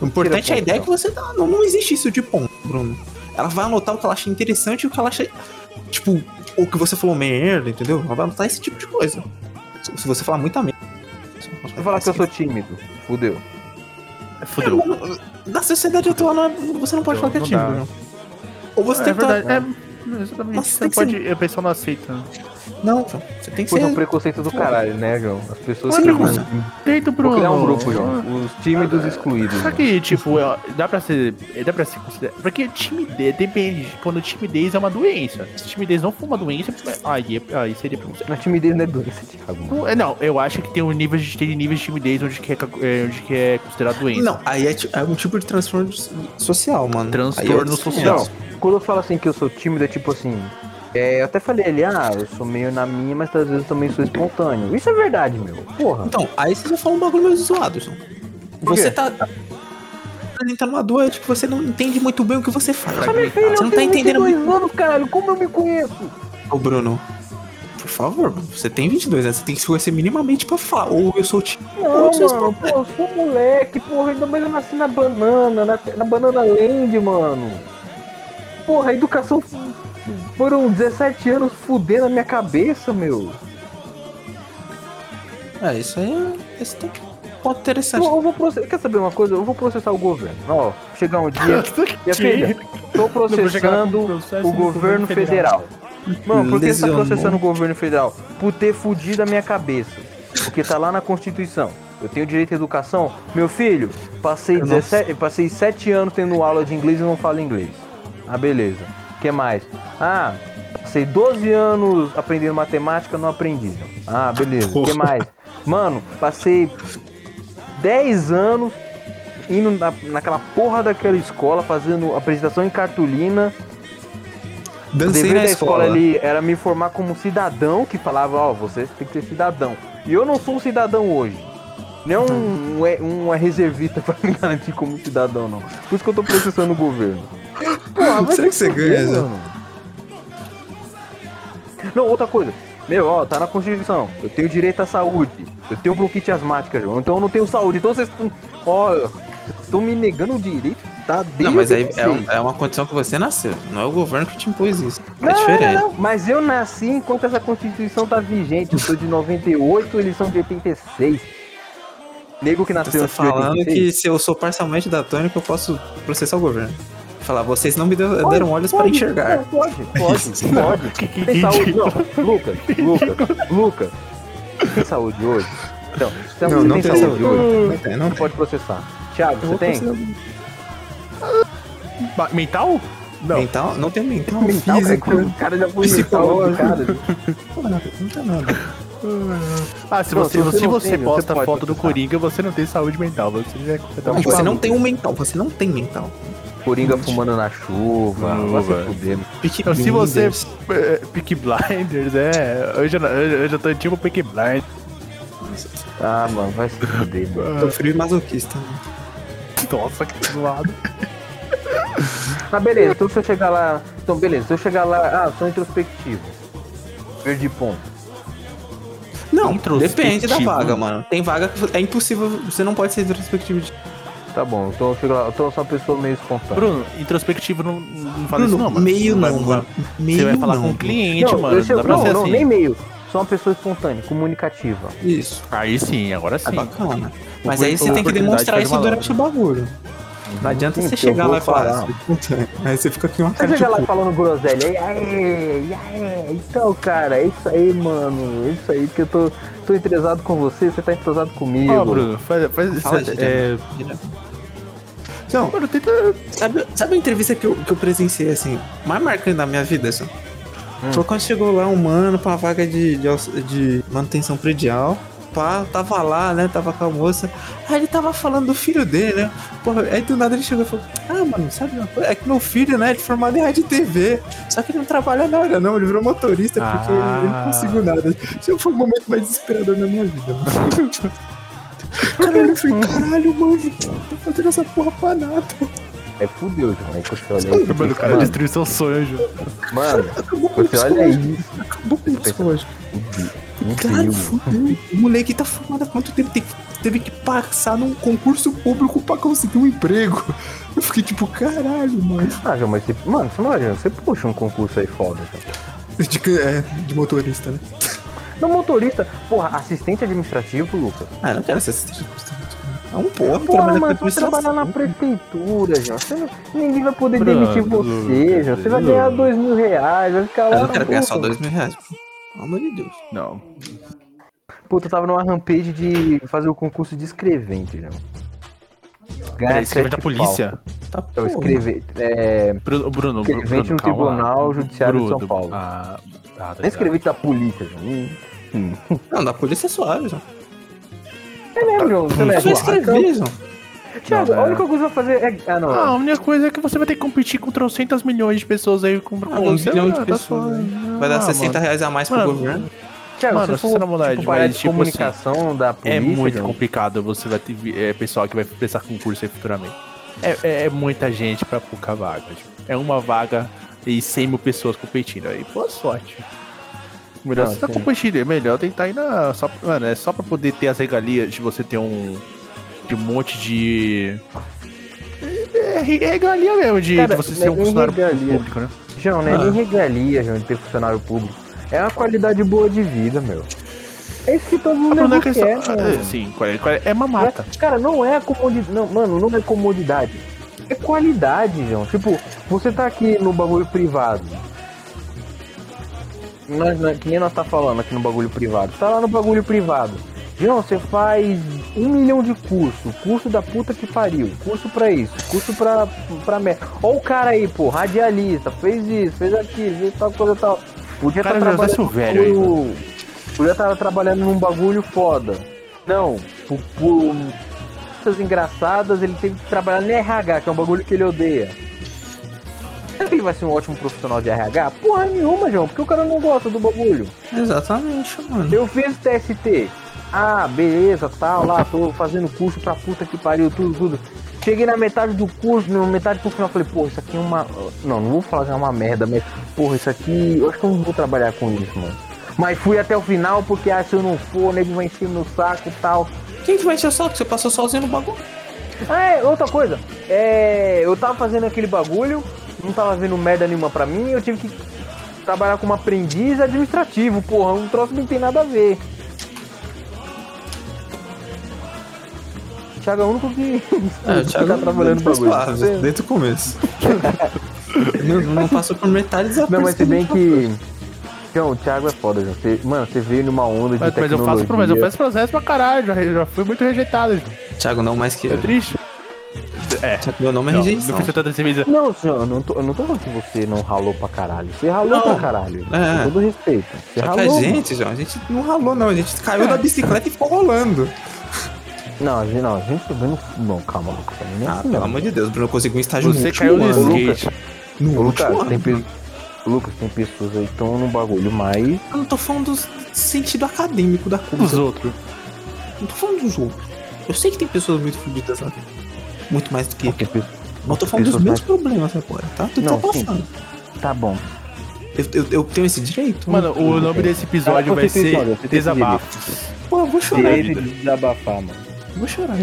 C: O importante é a
B: ponto, então.
C: ideia que você tá. Não, não existe isso de ponto, Bruno. Ela vai anotar o que ela acha interessante e o que ela acha. Tipo, o que você falou merda, entendeu? Ela vai anotar esse tipo de coisa. Se- Se você falar muita merda.
B: Eu Vou falar que eu sou tímido. Fudeu.
A: É, Fudeu.
C: é Na sociedade atual, não é- você não pode
A: Não,
C: falar que
A: Então,
C: é
A: não
C: tímido,
A: dá.
C: Bruno. Ou você
A: É
C: tem que.
A: verdade.
C: tá-
A: É, exatamente.
C: Nossa,
A: você
C: tem
A: não
C: que
A: pode... A pessoa não aceita. é.
C: Não, João, você tem que
B: Foi um
C: ser.
B: preconceito do caralho, né, João? As pessoas
A: Sim,
B: que
C: mano.
A: Deito pro...
B: Vou criar um grupo, João. Os tímidos excluídos.
A: Só que, tipo, é, dá pra ser. é, Dá pra se considerar. Porque timidez, depende. de Quando timidez é uma doença. Se timidez não for uma doença, aí, é- aí seria preconceito.
B: Na timidez não é doença, Thiago. mano.
A: Não, é, Não, eu acho que tem um nível de, tem níveis de timidez onde que é, ca- é, onde que é considerado doença.
C: Não, aí é, ti- é um tipo de transtorno so- social, mano.
A: Transtorno
C: Aí é outro-
A: social.
B: Não, quando eu falo assim que eu sou tímido, é tipo assim. É, eu até falei ali, ah, eu sou meio na minha, mas às vezes eu também sou espontâneo. Isso é verdade, meu. Porra.
C: Então, aí você já fala um bagulho meio zoado, João.
B: Por
C: Você
B: quê?
C: tá apresentando uma dor que você não entende muito bem o que você faz. você não tá
B: tenho
C: entendendo
B: 22
C: muito.
B: anos, caralho, como eu me conheço?
C: Ô, Bruno, por favor, mano, você tem 22 anos, você tem que se conhecer minimamente pra falar. Ou eu sou tímido.
B: Não,
C: Vocês
B: mano, pô, eu sou moleque, porra, ainda mais eu nasci na banana, na, na banana land, mano. Porra, a educação f- foram 17 anos fudendo a minha cabeça, meu.
C: É, isso aí é. Esse tem que. Ponto
B: Eu,
C: interessante.
B: eu vou processar, quer saber uma coisa? Eu vou processar o governo. Ó, chegar um dia, minha filha, tô processando o governo federal. Mano, por que você tá
C: Lesionou.
B: processando o governo federal? Por ter fudido a minha cabeça. Porque tá lá na Constituição. Eu tenho direito à educação. Meu filho, passei,
C: Eu não-
B: 17, passei 7 anos tendo aula de inglês e não falo inglês. Ah, beleza. O que mais? Ah, passei 12 anos aprendendo matemática, não aprendi. Ah, beleza. O que mais? Mano, passei 10 anos indo na, naquela porra daquela escola, fazendo apresentação em cartolina. O
C: Dancei
B: dever
C: na
B: da escola
C: escola.
B: ali era me formar como um cidadão que falava, ó, você tem que ser cidadão. E eu não sou um cidadão hoje. Não é um, um, é- um é reservista pra me garantir como cidadão, não. Por isso que eu tô processando o governo. Porra, vai
C: Será que
B: se
C: você
B: fuder,
C: ganha, Zé?
B: mano. Não, outra coisa. Meu, ó, tá na Constituição. Eu tenho direito à saúde. Eu tenho bronquite asmática, João. Então eu não tenho saúde. Então vocês estão. Ó, estão me negando o direito tá da
C: Não, mas aí é, um- é uma condição que você nasceu. Não é o governo que te impôs isso. É diferente.
B: não, mas eu nasci enquanto essa Constituição tá vigente. Eu sou de 98, eles são de 86. Nego que
C: Você
B: nasceu
C: tá
B: antes de
C: falando
B: 86.
C: que se eu sou parcialmente daltônico, eu posso processar o governo. Falar, vocês não me deu-
B: Pode,
C: deram olhos para
B: pode,
C: é enxergar.
B: não, Pode, pode,
C: Isso, não.
B: pode. Tem saúde, não. Lucas, Lucas, Lucas. Tem saúde hoje? Então, então você tem saúde, hoje?
C: Não tem, não
B: Você pode processar. Thiago, você tem?
A: Ba- Mental?
C: Não. Mental? Não tem mental, é
B: Mental, é
C: físico.
B: cara, O cara já foi mental,
C: psicológico.
B: cara.
C: Não tem nada.
A: Ah, se
B: Não,
A: você,
B: se você
A: se
B: não
A: você
B: tem, você
A: posta
B: pode
A: foto do
B: processar.
A: Coringa, você não tem saúde mental. Você já é
C: Não,
A: completamente
C: você não
A: maluco.
C: tem um mental, você não tem mental.
B: Coringa fumando na chuva, vai se
A: Chuva.
B: fuder. meu.
C: Peaky
A: Então, se você.
C: Blinders.
A: É, Peak Blinders, é. Eu já, eu já tô tipo Peak Blinders.
B: Ah, mano, vai se fuder, mano.
C: Tô frio e masoquista. né?
A: Nossa, que do lado.
B: Ah, beleza, então se eu chegar lá. Então, beleza, se eu chegar lá. Ah, sou introspectivo. Perdi ponto.
C: Não,
A: Introspectivo.
C: depende da vaga, mano. Tem vaga que é impossível, você não pode ser introspectivo. de-
B: Tá bom, então eu chego lá. Eu tô só uma pessoa meio espontânea.
A: Bruno, introspectivo não, não fala isso,
C: Bruno,
A: não, mano.
C: meio
A: Vai-
C: não, mano. Meio
A: Você vai falar
C: não,
A: com o
C: mano.
A: cliente, mano.
B: eu chego-
A: dá pra
B: não,
A: ser
B: não,
A: assim.
B: nem meio. Sou uma pessoa espontânea, comunicativa.
C: Isso,
A: Aí sim, agora
C: é
A: sim.
C: bacana.
A: Opor-
C: Mas aí você tem que
A: oportunidade
C: demonstrar
A: faz
C: isso
A: malandro.
C: durante o bagulho. Não adianta
B: Sim,
C: você
B: que eu
C: chegar
B: vou
C: lá e falar.
B: falar.
C: "Ah, puta", Aí você fica tipo, com uma
B: Você
C: cara de
B: chega lá
C: cu.
B: falando groselha, e aí, e aí, então, cara, é isso aí, mano, é isso aí, que eu tô, tô entrosado com você, você tá entrosado comigo.
A: Ó, Bruno, faz, faz
C: Fala,
A: cê-
C: gente,
A: é,
C: Não,
A: Mano, tenta.
C: sabe, sabe a entrevista que eu, que eu presenciei, assim, mais marcante da minha vida, assim? Foi quando chegou lá um mano pra uma vaga de, de, aux- de manutenção predial. Pá, tava lá, né? Tava com a moça. Aí ele tava falando do filho dele, né? Porra, aí do nada ele chegou e falou: Ah, mano, sabe uma coisa? É que meu filho, né? Ele é formado em rádio e TV. Só que ele não trabalha na hora, não. Ele virou motorista porque ele, ele não
A: Ah.
C: conseguiu nada. Isso foi o momento mais desesperador da minha vida. mano. Caralho, eu falei, caralho, mano, tô fazendo essa porra pra nada.
B: É fudeu, João, aí você olha aí,
A: Mano, o cara
B: mano,
A: destruiu seu sonho, Ju.
B: mano,
C: Acabou com o
B: você olha
C: psicológico.
B: aí,
C: Acabou com o psicológico.
B: incrível.
C: Caralho, fudeu. O moleque tá formado há quanto tempo? Teve, teve que passar num concurso público pra conseguir um emprego. Eu fiquei tipo, caralho, mano.
B: Ah, João, mas você, mano, você não imagina, você puxa um concurso aí foda, cara.
C: De, que- é, de motorista, né?
B: Não, motorista, porra, assistente administrativo, Lucas.
C: Ah, não quero ser assistente. É um porra,
B: Porra,
C: trabalhar
B: mano,
C: com
B: você vai trabalhar na
C: administração.
B: prefeitura, João, você não- ninguém vai poder
A: Bruno,
B: demitir você, João, você vai ganhar dois mil reais, vai ficar lá
C: Eu não
B: na
C: quero ganhar só
B: boca.
C: dois mil reais. pô. Pelo amor de Deus.
A: Não.
B: Puta, eu tava numa rampage de fazer o concurso de escrevente, né?
A: Peraí, escreve da polícia.
C: Tá
B: Eu
C: porra.
B: escrevi. É,
A: Bruno, Bruno, Bruno,
B: escrevente no
A: calma.
B: Tribunal Judiciário de São
A: Bruno,
B: Paulo.
A: Ah, ah, tá
B: Nem
A: ligado.
B: escrevi é da polícia, João. Hum.
C: Não, da polícia é suave, João.
B: É
A: Tá
B: mesmo, João. Você
C: Eu
B: leva.
C: vou escrever, João.
B: Thiago,
A: Não,
B: a
A: é.
B: única coisa que eu vou fazer é. Ah, não.
A: Ah, a única coisa é que você vai ter que competir com 300 milhões de pessoas aí com tá
C: Ah, um milhão de pessoas. Vai dar 60
A: reais.
C: reais a mais pro
A: Ah, Mano,
C: governo.
B: Thiago,
A: mano, você
B: se for
A: na
B: tipo,
A: maldade,
B: parar
A: mas,
B: de
A: tipo
B: comunicação da polícia,
A: É muito
B: João,
A: complicado. Você vai ter é, pessoal que vai prestar concurso aí futuramente. É, é- é muita gente pra pouca vaga. tipo. É uma vaga e 100 mil pessoas competindo aí. Boa sorte. Melhor
B: Ah,
A: você tá
B: sim.
A: competindo, é melhor tentar ir na. Só, mano, é só pra poder ter as regalias de você ter um. De um monte de. É, é regalia mesmo, de,
B: Cara, é
A: de você ser um
B: nem
A: funcionário
B: regalia.
A: público, né?
B: João, né?
C: Ah.
B: Nem regalia, João, de ter funcionário público. É uma qualidade boa de vida, meu. É isso que todo
A: A
B: mundo
A: Bruna é
B: quer, né?
A: questão.
B: mano.
A: é, sim, qual é- qual é- é uma mata.
B: Cara, não é comodidade. Não, mano, não é comodidade. É qualidade, João. Tipo, você tá aqui no bagulho privado. Nós, nós- que nem nós tá falando aqui no bagulho privado. Tá lá no bagulho privado. João, você faz um milhão de curso. Curso da puta que pariu. Curso pra isso. Curso pra, pra merda. Ó o cara aí, pô, radialista. Fez isso, fez aquilo, fez tal coisa tal. Podia
A: O cara
B: tá
A: já
B: trabalhando
A: tá velho aí,
B: no-
A: mano.
B: Podia estar trabalhando num bagulho foda. Não, por, por coisas engraçadas, ele teve que trabalhar no RH, que é um bagulho que ele odeia. Será que ele vai ser um ótimo profissional de RH? Porra nenhuma, João, porque o cara não gosta do bagulho.
C: Exatamente, mano.
B: Eu fiz TST. Ah, beleza, tal, lá, tô fazendo curso pra puta que pariu, tudo, tudo. Cheguei na metade do curso, na metade pro final, falei, porra, isso aqui é uma. Não, não vou falar que é uma merda, mas, porra, isso aqui. Eu acho que eu não vou trabalhar com isso, mano. Mas fui até o final, porque ah, se eu não for, o nego vai encher meu saco e tal.
C: Quem que vai encher o saco? Você passou sozinho no bagulho.
B: Ah, é, outra coisa. É, eu tava fazendo aquele bagulho, não tava vendo merda nenhuma pra mim, eu tive que trabalhar como aprendiz administrativo, porra, um troço que não tem nada a ver. Thiago é o único que
C: É, o Thiago
B: tá trabalhando
C: foi
B: pra
C: suave, desde o começo. não, não passou por metade da
B: Não, mas se
C: coisa
B: bem
C: que-
B: que. Então, o Thiago é foda, João. Você- mano, você veio numa onda de
A: Mas, mas eu faço,
B: é tecnologia.
A: mas eu faço processo pra caralho, já, já fui muito rejeitado.
C: Thiago não mais que
A: É
C: eu.
A: triste. É.
C: Só que meu nome é
A: Não,
C: rejeição.
A: não precisa tanta cerveja.
B: Não, senhor, eu não tô, eu não tô falando que você não ralou pra caralho. Você ralou
C: Não.
B: pra caralho.
C: É.
B: Com todo respeito. Você
C: Só que a
B: ralou.
C: gente, João, a gente não ralou, não. A gente caiu da bicicleta e ficou rolando.
B: Não, a gente não, a gente tá vendo. Não, calma, Lucas. Não é
C: Ah,
B: assim,
C: pelo
B: não.
C: amor de Deus, Bruno conseguiu um estágio no
A: Você
C: último
A: caiu no
C: ano.
A: skate.
C: No
B: Ô,
C: último
B: Lucas,
C: ano.
B: tem pe... Lucas, tem pessoas aí que estão num bagulho mais.
C: Eu não tô falando do sentido acadêmico da
A: Os
C: coisa.
A: outros.
C: Não tô falando dos outros. Eu sei que tem pessoas muito fodidas lá dentro. Muito mais do que.
B: Tem pe-
C: Mas eu tô falando dos
B: pessoas
C: meus problemas agora, tá? Tu
B: Não,
C: tá
B: sim.
C: passando.
B: Tá bom.
C: Eu, eu- eu tenho esse direito?
A: Mano, o É, nome desse episódio
B: Ah,
A: vai
B: você tem
A: ser
B: episódio, você tem
A: Desabafos.
C: Pô, eu vou
A: Tá
C: chorar.
B: Direito de desabafar, mano.
C: Eu vou chorar.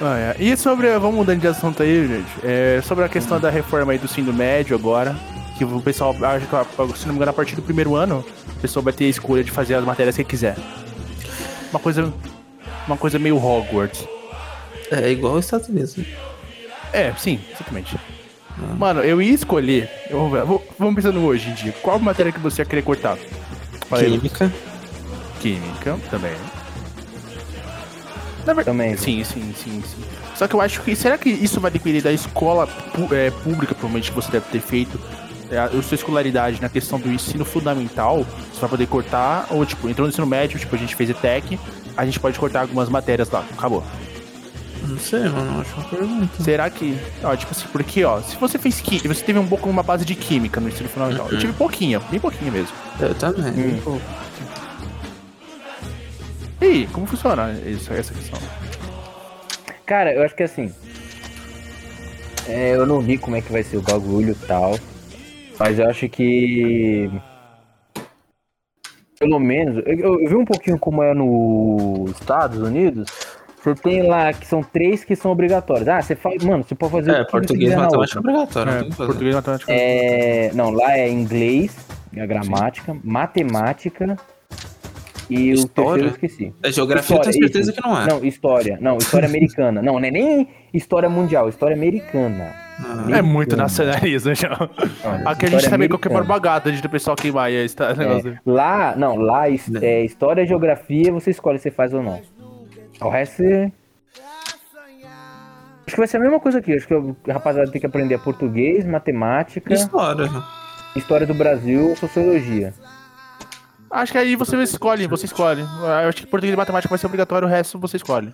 A: Ah, é. E sobre. Vamos mudando de assunto aí, gente. É, sobre a questão da reforma aí do ensino médio agora. Que o pessoal acha que, se não me engano, a partir do primeiro ano, o pessoal vai ter a escolha de fazer as matérias que quiser. Uma coisa. Uma coisa meio Hogwarts.
C: É igual aos Estados Unidos. né?
A: É, sim, exatamente. Mano, eu ia escolher. eu vou- vamos pensando hoje em dia. Qual matéria que você ia querer cortar? Falei,
C: Química.
A: Química também. Na ver-
B: Também.
A: Sim, sim, sim, sim. Só que eu acho que. Será que isso vai depender da escola pu- é, pública, provavelmente, que você deve ter feito? É, a a sua escolaridade na questão do ensino fundamental, você vai poder cortar, ou tipo, entrou no ensino médio, tipo, a gente fez ETEC, a gente pode cortar algumas matérias lá, acabou.
C: Não sei, mano. Acho uma pergunta.
A: Será que. Ó, tipo assim, porque, ó, se você fez química, você teve um pouco uma base de química no ensino fundamental. Eu tive pouquinha, bem pouquinha mesmo.
C: Eu também.
A: Hum.
C: Pô,
A: E aí, como funciona isso, essa questão?
B: Cara, eu acho que assim. é, eu não vi como é que vai ser o bagulho e tal. Mas eu acho que. Pelo menos. Eu, eu- eu vi um pouquinho como é nos Estados Unidos. Você tem lá que são três que são obrigatórias. Ah, você faz. Mano, você pode fazer. o
C: É,
B: que você
C: português
B: quiser
C: e
B: na
C: matemática é
B: outra.
A: É,
C: obrigatório. não tem o que fazer.
A: português, matemática.
B: É, não, lá é inglês, a gramática, matemática. E o terceiro
C: História?
B: eu esqueci.
C: É, geografia eu
B: História,
C: tenho certeza
B: isso.
C: que não é.
B: Não, história. Não, história americana. não, não é nem história mundial, é história americana.
C: Ah,
A: É muito nacionalismo, já.
B: Não,
A: Aqui a gente
B: história
A: também qualquer forma
B: americana.
A: bagada, a gente do pessoal queimar e aí está negócio.
B: É, lá, não, lá é, his-
C: Não.
B: é história, geografia, você escolhe se faz ou não. O resto. é- Acho que vai ser a mesma coisa aqui. Acho que o rapaziada tem que aprender português,
A: é.
B: matemática,
C: História.
B: história do Brasil, sociologia.
A: Acho que aí você escolhe, você escolhe. Eu acho que português e matemática vai ser obrigatório, o resto você escolhe.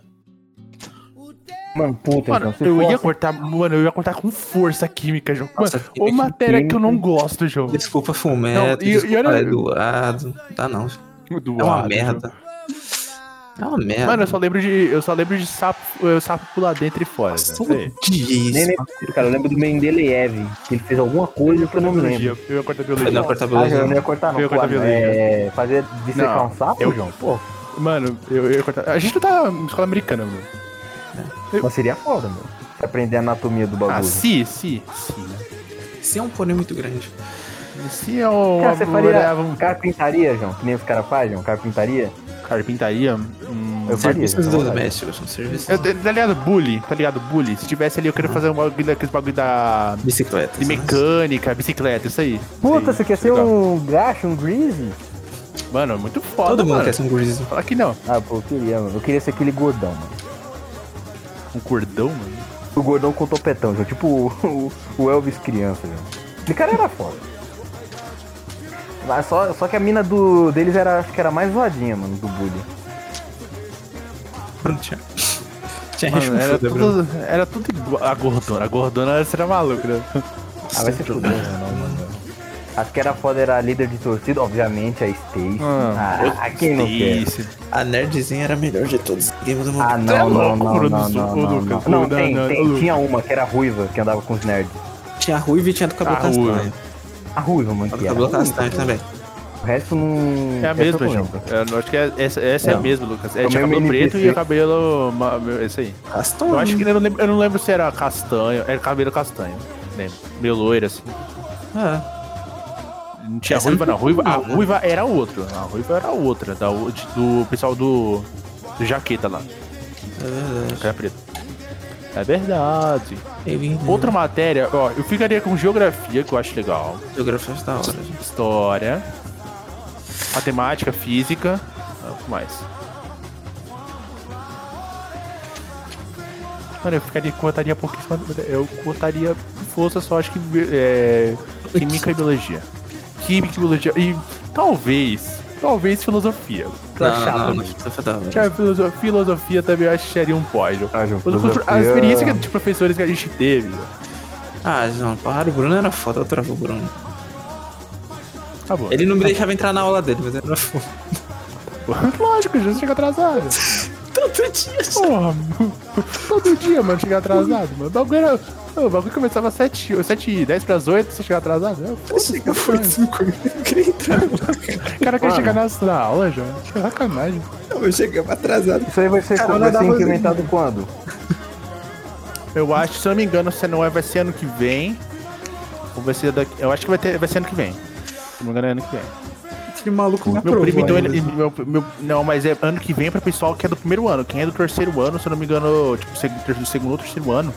B: Mano, puta,
A: Mano,
B: então, se
A: eu
B: for
A: ia
B: assim-
A: cortar, mano, eu ia cortar com força química, João. Mano,
C: Nossa,
A: ou
C: química,
A: matéria que eu não gosto, João.
C: Desculpa, Fumeto.
A: Não, e- e
C: desculpa,
A: olha-
C: Eduardo. Dá não.
A: Do
C: É uma
A: lado,
C: merda. É uma merda.
A: João. Mano, eu só lembro de, eu só lembro de sapo, eh, sapo pular dentro e fora.
C: Nossa,
A: né? Sei.
C: todo dia
B: Nem
C: isso.
B: lembro, cara. Eu lembro do Mendeleev, que ele fez alguma coisa que eu não me lembro.
A: Biologia, Eu ia cortar
C: Foi na
A: biologia.
B: Ah, eu não
C: portabilidade.
B: ia cortar,
A: Eu
B: não.
A: ia cortar
B: Claro,
A: biologia.
B: é, fazer dissecar
A: Não,
B: um sapo,
A: eu-
B: João? Pô,
A: Mano, eu ia cortar. A gente não tá em escola americana, mano.
B: mas seria foda, meu. Se aprender a anatomia do bagulho.
A: Ah, se, se, se. né?
C: Isso é um porém muito grande.
A: Se é um.
B: Cara, você
A: uma-
B: faria
A: uma-
B: carpintaria, João? Que nem os caras fazem, João? Carpintaria?
A: Carpintaria. Hum,
B: Eu faria.
C: Serviços
B: João, faria.
G: né?
C: domésticos, são serviços.
A: Eu, tá ligado? Bully, tá ligado? Bully. Se tivesse ali, eu queria fazer um bagulho daqueles bagulho da.
C: Bicicletas.
A: De mecânica, bicicleta, isso aí.
B: Puta,
A: Isso
B: você
A: aí,
B: quer ser
A: legal.
B: um graxo, um greasy?
A: Mano, é muito foda.
C: Todo mundo
A: mano.
C: quer ser um gurizinho.
A: Fala que não.
B: Ah, pô, eu queria, mano. Eu queria ser aquele gordão, mano.
A: Um cordão, mano.
B: O gordão com topetão, João. Tipo o, o- o Elvis criança, João. Aquele cara era foda. Mas só, só que a mina do, deles era, acho que era mais voadinha, mano, do bullying.
C: Bruno, tinha. Tinha né?
A: Mano, era,
C: rechuchuda, Bruno.
A: tudo, era tudo igual. A gordona. A gordona você era maluca, né?
B: Ah, vai se fuder, não, mano. Acho que era foda, era a líder de torcida, obviamente, a Stacy. Ah, a quem não quer?
A: Isso.
C: A nerdzinha era a melhor de todos. Game do
B: Ah,
C: mundo.
A: é
B: não, não,
A: louco,
B: não,
A: Bruno, ô,
B: não, não, não,
A: Lucas,
B: não. Não,
A: ô,
B: tem,
A: não, não, ô,
B: tem.
A: Lucas.
B: Tinha uma que era ruiva, que andava com os nerds.
C: Tinha a ruiva e tinha do cabelo
A: A ruiva.
C: castanho.
B: A ruiva, mano,
C: A do
B: que era.
C: cabelo
B: ruiva.
C: castanho também.
B: O resto não...
A: É a
B: essa eu
A: mesma,
B: não
A: João.
B: lembro.
A: Eu não acho que é- essa, essa é a
B: Não.
A: mesma, Lucas. É,
B: Eu
A: tinha
B: mesmo
A: cabelo
B: me
A: preto
B: disse.
A: e cabelo. ma- Esse aí.
C: Castanho.
A: Eu acho que eu não lembro, eu não lembro se era castanho. Era cabelo castanho. Lembro. Meio loiro, assim.
C: É.
A: Não tinha
C: Essa
A: ruiva,
C: não
A: não. Ruiva, a
C: não, né?
A: ruiva era outra. A ruiva era outra. Da, o- de- do pessoal do, do Jaqueta lá. Cara preto. É verdade.
C: Eu vim.
A: Outra matéria, ó, eu ficaria com geografia, que eu acho legal.
C: Geografia acho da hora. gente.
A: História. Matemática, física. ah, O que mais? Mano, eu ficaria, cotaria pouquíssima. Eu cotaria força só, acho que. É, química e biologia. Química e biologia. E talvez. Talvez filosofia.
C: Não,
A: Achava
C: não, não,
A: muito.
C: não, filosofia da hora.
A: Tinha filosofia, filosofia também eu acharia um pódio.
B: Ah, João,
A: Os professor- A
B: filosofia-
A: experiência que- de professores que a gente teve.
C: Ah, não, para, o Bruno era foda, eu travo o Bruno.
A: Tá bom.
C: Ele não me deixava entrar na aula dele, mas eu era foda.
A: Lógico, Jesus chega atrasado.
C: Tanto disso.
A: Porra, mano. todo dia, mano, chega atrasado, mano. O bagulho era. O bagulho começava às 7, 7 10 pras 8, você chega atrasado. É Eu, pô,
C: Chega, foi um cinco, eu não queria entrar.
A: o cara quer chegar na, na aula já. Sacanagem.
C: Não, eu chegava atrasado.
B: Isso aí vai ser,
C: Cara,
B: vai
C: não dá
B: ser
C: pra-
B: incrementado quando?
A: Eu acho, se eu não me engano, se não é, vai ser ano que vem. Ou vai ser daqui. Eu acho que vai, ter, vai ser ano que vem. Se não me engano, é ano que vem.
C: Aquele maluco me
A: Meu
C: aprovou
A: primo, então,
C: ainda.
A: ele, ele- meu- meu- não, mas é ano que vem pra pessoal que é do primeiro ano. Quem é do terceiro ano, se eu não me engano, tipo, seg- ter- do segundo ou terceiro ano,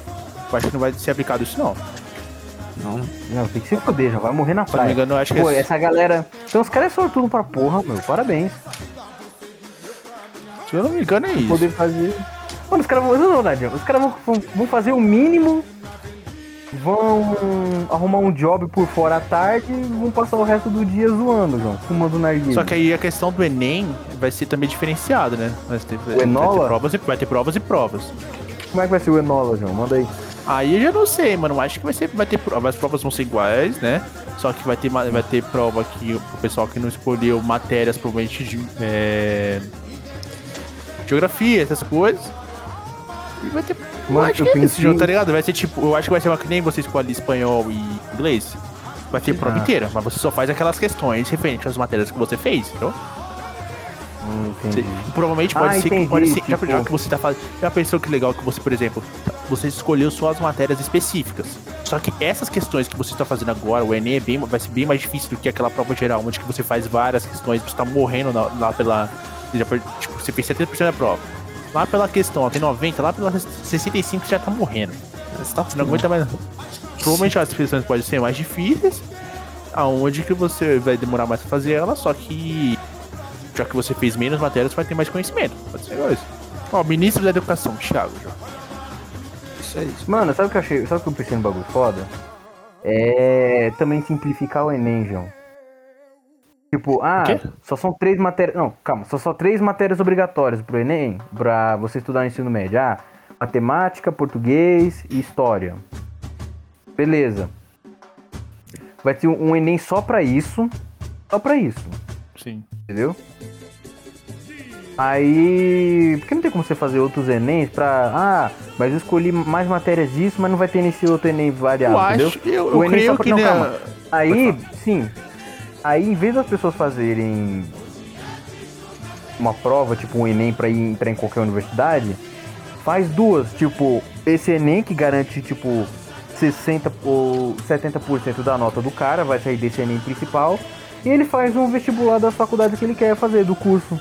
A: eu acho que não vai ser aplicado isso, não.
C: Não,
B: Não, tem que se foder, já vai morrer na
A: Se eu não me
B: praia.
A: engano, eu acho que
B: Pô,
A: é.
B: essa galera. Então os caras é sortudo pra porra, meu. Parabéns.
A: Se eu não me engano, é isso.
B: Poder fazer. Mano, os caras vão. Não, não, Nadia. Os caras vão, vão- vão fazer o mínimo. Vão arrumar um job por fora à tarde e vão passar o resto do dia zoando, João. Fumando narguilha.
A: Só que aí a questão do Enem vai ser também diferenciada, né? Vai ter, vai ter
B: Enola?
A: provas e, vai ter provas e provas.
B: Como é que vai ser o Enola, João? Manda aí.
A: Aí eu já não sei, mano. eu Acho que vai, ser, vai ter provas. As provas vão ser iguais, né? Só que vai ter, ma- vai ter prova que o pessoal que não escolheu matérias, provavelmente de. é, geografia, essas coisas. E vai ter. eu
B: Mano,
A: acho
B: eu
A: que é esse
B: pensei-
A: jogo, tá ligado? Vai ser tipo. Eu acho que vai ser uma que nem você escolhe espanhol e inglês. Vai ter
B: Ah.
A: prova inteira, mas você só faz aquelas questões referentes às matérias que você fez, entendeu?
B: Hum,
A: Você-
B: entendi.
A: provavelmente pode
B: Ah,
A: ser que
B: entendi,
A: pode ser, já,
B: tipo-
A: já que você tá fazendo. Já pensou que legal que você, por exemplo, você escolheu só as matérias específicas. Só que essas questões que você está fazendo agora, o Enem é bem, vai ser bem mais difícil do que aquela prova geral, onde que você faz várias questões, você tá morrendo na- lá pela. já per- tipo, você fez 70% da prova. Lá pela questão, ó, tem 90, lá pela 65 você já tá morrendo.
C: você tá
A: Você não aguenta mais. Provavelmente as questões podem ser mais difíceis, aonde que você vai demorar mais pra fazer ela, só que já que você fez menos matérias, vai ter mais conhecimento. Pode ser isso. Ó, ministro da Educação, Thiago. já.
C: Isso aí.
B: Mano, sabe o que eu achei? Sabe o que eu pensei no bagulho foda? É também simplificar o Enem, João. Tipo, ah,
A: quê?
B: só são três matérias. Não, calma, só são três matérias obrigatórias pro Enem, pra você estudar no ensino médio. Ah, matemática, português e história. Beleza. Vai ter um Enem só pra isso. Só pra isso.
A: Sim.
B: Entendeu? Aí. Porque não tem como você fazer outros Enems pra. Ah, mas eu escolhi mais matérias disso, mas não vai ter nesse outro Enem variado.
A: Eu acho,
B: entendeu?
A: eu, eu
B: O Enem
A: creio
B: só pra-
A: que
B: não,
A: né,
B: calma. Aí, sim. Aí, em vez das pessoas fazerem uma prova, tipo um Enem pra ir entrar em qualquer universidade, faz duas. Tipo, esse Enem que garante, tipo, 60 ou 70% da nota do cara, vai sair desse Enem principal. E ele faz um vestibular da faculdade que ele quer fazer, do curso.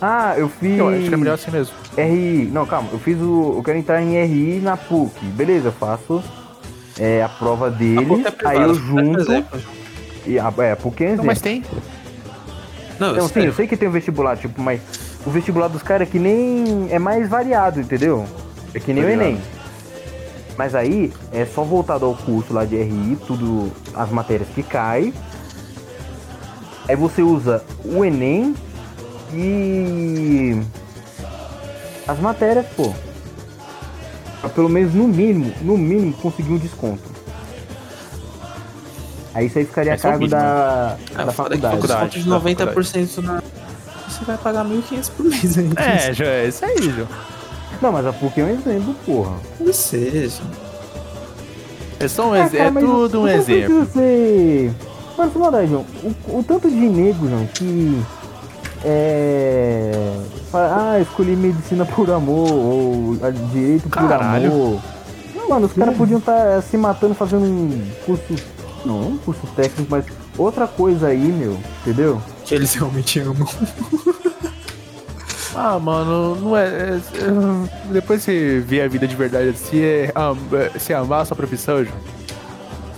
B: Ah, eu fiz.
A: eu acho que é melhor assim mesmo.
B: RI, não, calma, eu fiz o. Eu quero entrar em RI na PUC. Beleza, eu faço é, a prova
C: A
B: dele,
C: boca é
B: aí
C: privada,
B: eu
C: você pode
B: junto.
C: fazer.
B: E a, é, a PUC é
A: Não,
B: exemplo.
A: mas tem.
C: Não,
B: Então,
C: eu
B: sim,
C: sei.
B: eu sei que tem o vestibular, tipo, mas o vestibular dos caras é que nem. é mais variado, entendeu? É que nem o Enem. Mas aí é só voltado ao curso lá de RI, tudo, as matérias que caem. Aí você usa o Enem e. as matérias, pô. Pra pelo menos no mínimo, no mínimo, conseguir um desconto. Aí isso aí ficaria a
A: Esse é o
B: cargo
A: mínimo.
B: da,
C: Ah,
B: da
C: foda
B: faculdade.
C: que com desconto
A: Faculdade, da
C: de 90% na... Você vai pagar 1.500 por mês ainda.
A: É, já, é isso aí, Ju.
B: Não, mas a PUC é um exemplo, porra.
C: Não seja.
A: É
B: Ah,
A: só um ex- é tudo um exemplo.
B: Você... Mas, mano, João, o, o tanto de nego, João, que... É... fala, Ah, escolhi medicina por amor, ou ah, direito por
A: Caralho.
B: amor. Mano, os caras podiam estar se matando fazendo um curso... Não, um curso técnico, mas outra coisa aí, meu, entendeu?
C: Que eles realmente amam.
A: Ah, mano, não é. é- é- depois você vê a vida de verdade assim, é, am- é- se amar a sua profissão, Ju.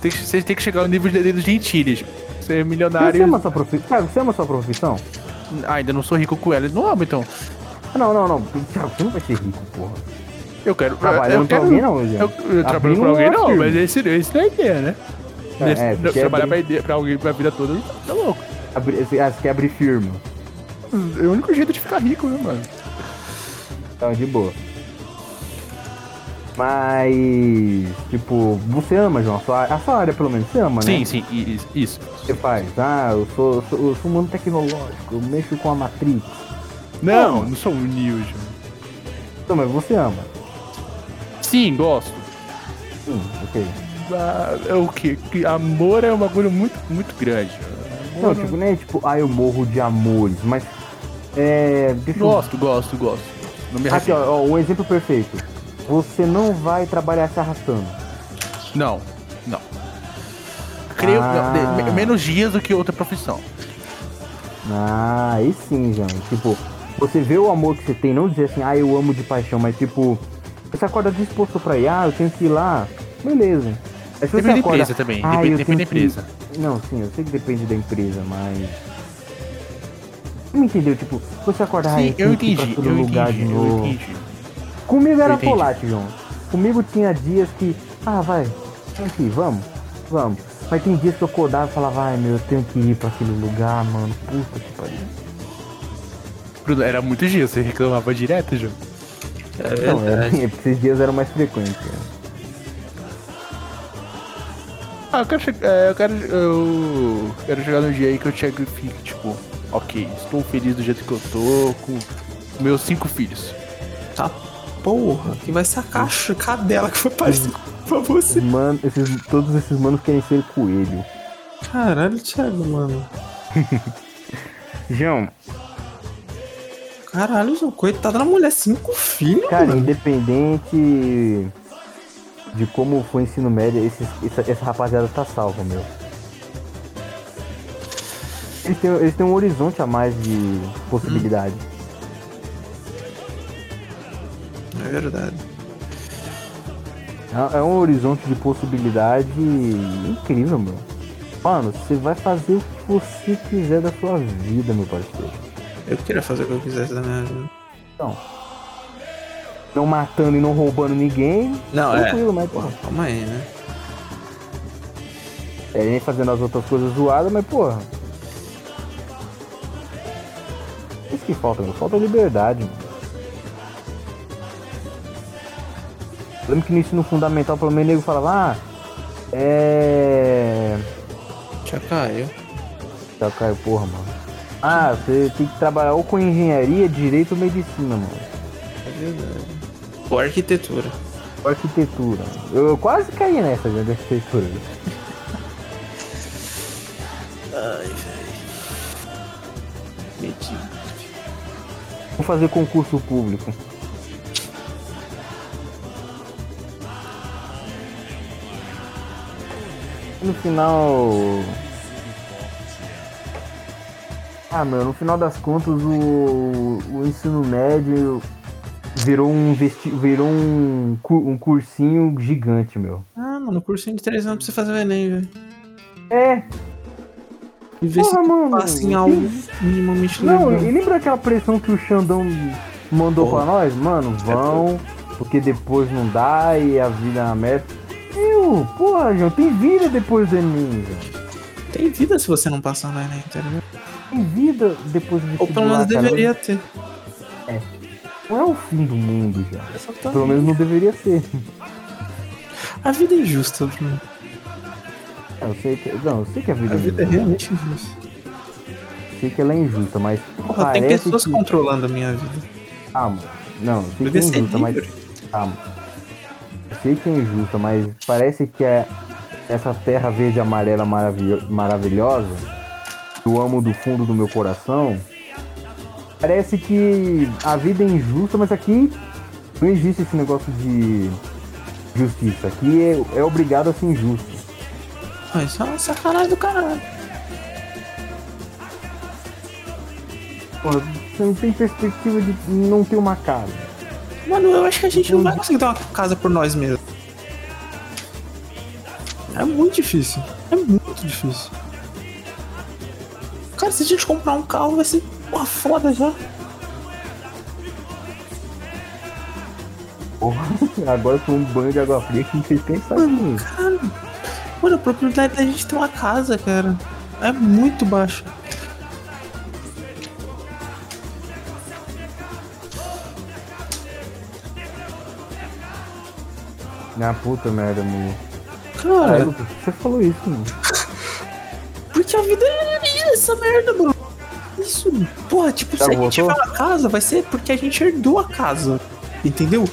A: Tem que- Você tem que chegar ao nível de dedo gentili, Ju. Você é
B: Você ama
A: milionário.
B: sua profissão? Cara, você ama sua profissão?
A: Ah, ainda não sou rico com ela. Não amo, então.
B: Ah, Não, não, não. Thiago, Você não vai ser rico, porra.
A: Eu quero.
G: Trabalhando
A: eu
G: pra
A: quero,
G: alguém não, Tá Zé.
A: Eu, eu trabalho
G: Abriu
A: pra alguém
G: uma
A: não,
G: firma.
A: mas esse, esse não é a ideia, né?
G: um É,
A: Esse-
G: é,
A: não,
G: você
A: trabalhar pra,
G: quer
A: ideia, pra alguém pra vida toda, tá louco.
G: abrir, abrir, ah, você quer abrir firma.
A: É o único jeito de ficar rico, né, mano?
G: Então, de boa. Mas, tipo, você ama, João, a sua, a sua área pelo menos, você ama, né?
A: Sim, sim, i- i- isso.
G: Você faz, ah, eu sou, eu sou, eu sou um mundo tecnológico, eu mexo com a Matrix.
A: Não, não sou um Nilson.
G: Então, mas você ama.
A: Sim, gosto.
G: Sim, ok.
A: Ah, é o que? que Amor é um bagulho muito, muito grande.
G: Não, tipo, nem tipo, ah, eu morro de amores, mas. É. Deixa eu-
A: Gosto, gosto, gosto. Não me
G: Aqui,
A: arrependo.
G: ó, ó, um exemplo perfeito. Você não vai trabalhar se arrastando.
A: Não, não. Creio
G: Ah.
A: não, de- me- menos dias do que outra profissão.
G: Ah, aí sim, João. Tipo, você vê o amor que você tem, não dizer assim, ah, eu amo de paixão, mas tipo, você acorda disposto pra ir, ah, eu tenho que ir lá, beleza. Mas se
A: Depende
G: você
A: da
G: acorda,
A: empresa também,
G: "Ah,
A: depende-
G: eu
A: depende da
G: tenho que-"
A: empresa.
G: Não, sim, eu sei que depende da empresa, mas. Você me entendeu? Tipo, você acorda, ah,
A: Sim, eu
G: tenho que ir pra
A: entendi,
G: todo
A: eu
G: lugar
A: entendi,
G: de
A: eu
G: novo.
A: entendi.
G: Comigo
A: Eu
G: era
A: entendi.
G: volátil, João. Comigo tinha dias que, ah, vai, aqui, vamos, vamos. Mas tem dias que eu acordava e falava, ai meu, eu tenho que ir pra aquele lugar, mano. Puta que pariu.
A: Bruno, era muito dia, você reclamava direto, João.
G: Não, era, assim, esses dias eram mais frequentes. né?
A: Ah, eu quero, che- é, eu quero, eu quero chegar no dia aí que eu chego e fique, tipo, ok, estou feliz do jeito que eu tô com meus cinco filhos.
C: Tá porra, que vai ser a caixa, cadela que foi parecida pra você.
G: Os Mano, esses, todos esses manos querem ser coelho.
C: Caralho, Thiago, mano.
G: João,
C: Caralho, João, coitado da mulher, cinco filhos,
G: cara,
C: mano.
G: independente de como foi o ensino médio, esses, essa, essa rapaziada tá salva, meu. Eles têm, eles têm um horizonte a mais de possibilidade.
C: É verdade.
G: É- É um horizonte de possibilidade incrível, meu. Mano, você vai fazer o que você quiser da sua vida, meu parceiro. Então.
C: Eu queria fazer o que eu quisesse da minha vida.
G: Não matando e não roubando ninguém.
C: Não, é.
G: tranquilo, mas porra.
C: Porra, calma aí, né?
G: É, nem fazendo as outras coisas zoadas, mas porra. É Isso que falta, meu. Falta liberdade, mano. Eu Lembro que no ensino fundamental, pelo menos, o nego falava, ah, é.
C: Já caiu.
G: Já caiu, Tá, porra, mano. Ah, você tem que trabalhar ou com engenharia, direito ou medicina, mano.
C: É verdade. Ou arquitetura.
G: Ou arquitetura. Eu, eu quase caí nessa gente, de arquitetura.
C: Metido.
G: Vou fazer concurso público. No final. Ah, meu, no final das contas, o, o ensino médio virou um vesti... virou um, cu- um cursinho gigante, meu.
C: Ah, mano, cursinho de três anos pra você fazer o Enem, velho.
G: É,
C: E ver se
G: Porra,
C: tu
G: mano.
C: passa em algo minimamente
G: Não,
C: legal.
G: e lembra aquela pressão que o Xandão mandou pra nós? Mano, vão, porque depois não dá e a vida é uma merda. Eu, porra, João, tem vida depois do Enem, João.
C: Tem vida se você não passar no Enem, tá ligado?
G: Tem vida depois do
C: Ou pelo menos
G: vestibular, cara.
C: deveria ter.
G: Não é o fim do mundo, já.
C: Exatamente.
G: Pelo menos não deveria ser.
C: A vida é injusta, mano.
G: É, Eu sei que, não, eu sei que a vida,
C: A vida é
G: é injusta.
C: realmente injusta.
G: Eu sei que ela é injusta, mas
C: Porra, tem
G: parece
C: pessoas
G: que...
C: controlando a minha vida.
G: Ah, mano, não, eu sei que é
C: Devia ser
G: injusta, mas...
C: livre.
G: Calma. Eu sei que é injusta, mas parece que é essa terra verde e amarela maravilho- maravilhosa, que eu amo do fundo do meu coração, parece que a vida é injusta, mas aqui não existe esse negócio de justiça. Aqui é, é obrigado a ser injusto.
C: Ah, isso é uma sacanagem do caralho.
G: Porra, Você não tem perspectiva de não ter uma casa.
C: Mano, eu acho que a gente não vai conseguir ter uma casa por nós mesmos. É muito difícil. É muito difícil. Cara, se a gente comprar um carro, vai ser uma foda já.
G: Porra, agora foi um banho de água fria que me fez pensar.
C: Mano, cara. Mano, a probabilidade da gente ter uma casa, cara, é muito baixa.
G: Na puta merda, mano.
C: Cara,
G: Caralho, você falou isso, mano.
C: porque a vida é essa merda, mano. Isso, porra, tipo,
G: Já
C: se a gente
G: voltou?
C: tiver uma casa, vai ser porque a gente herdou a casa. Entendeu?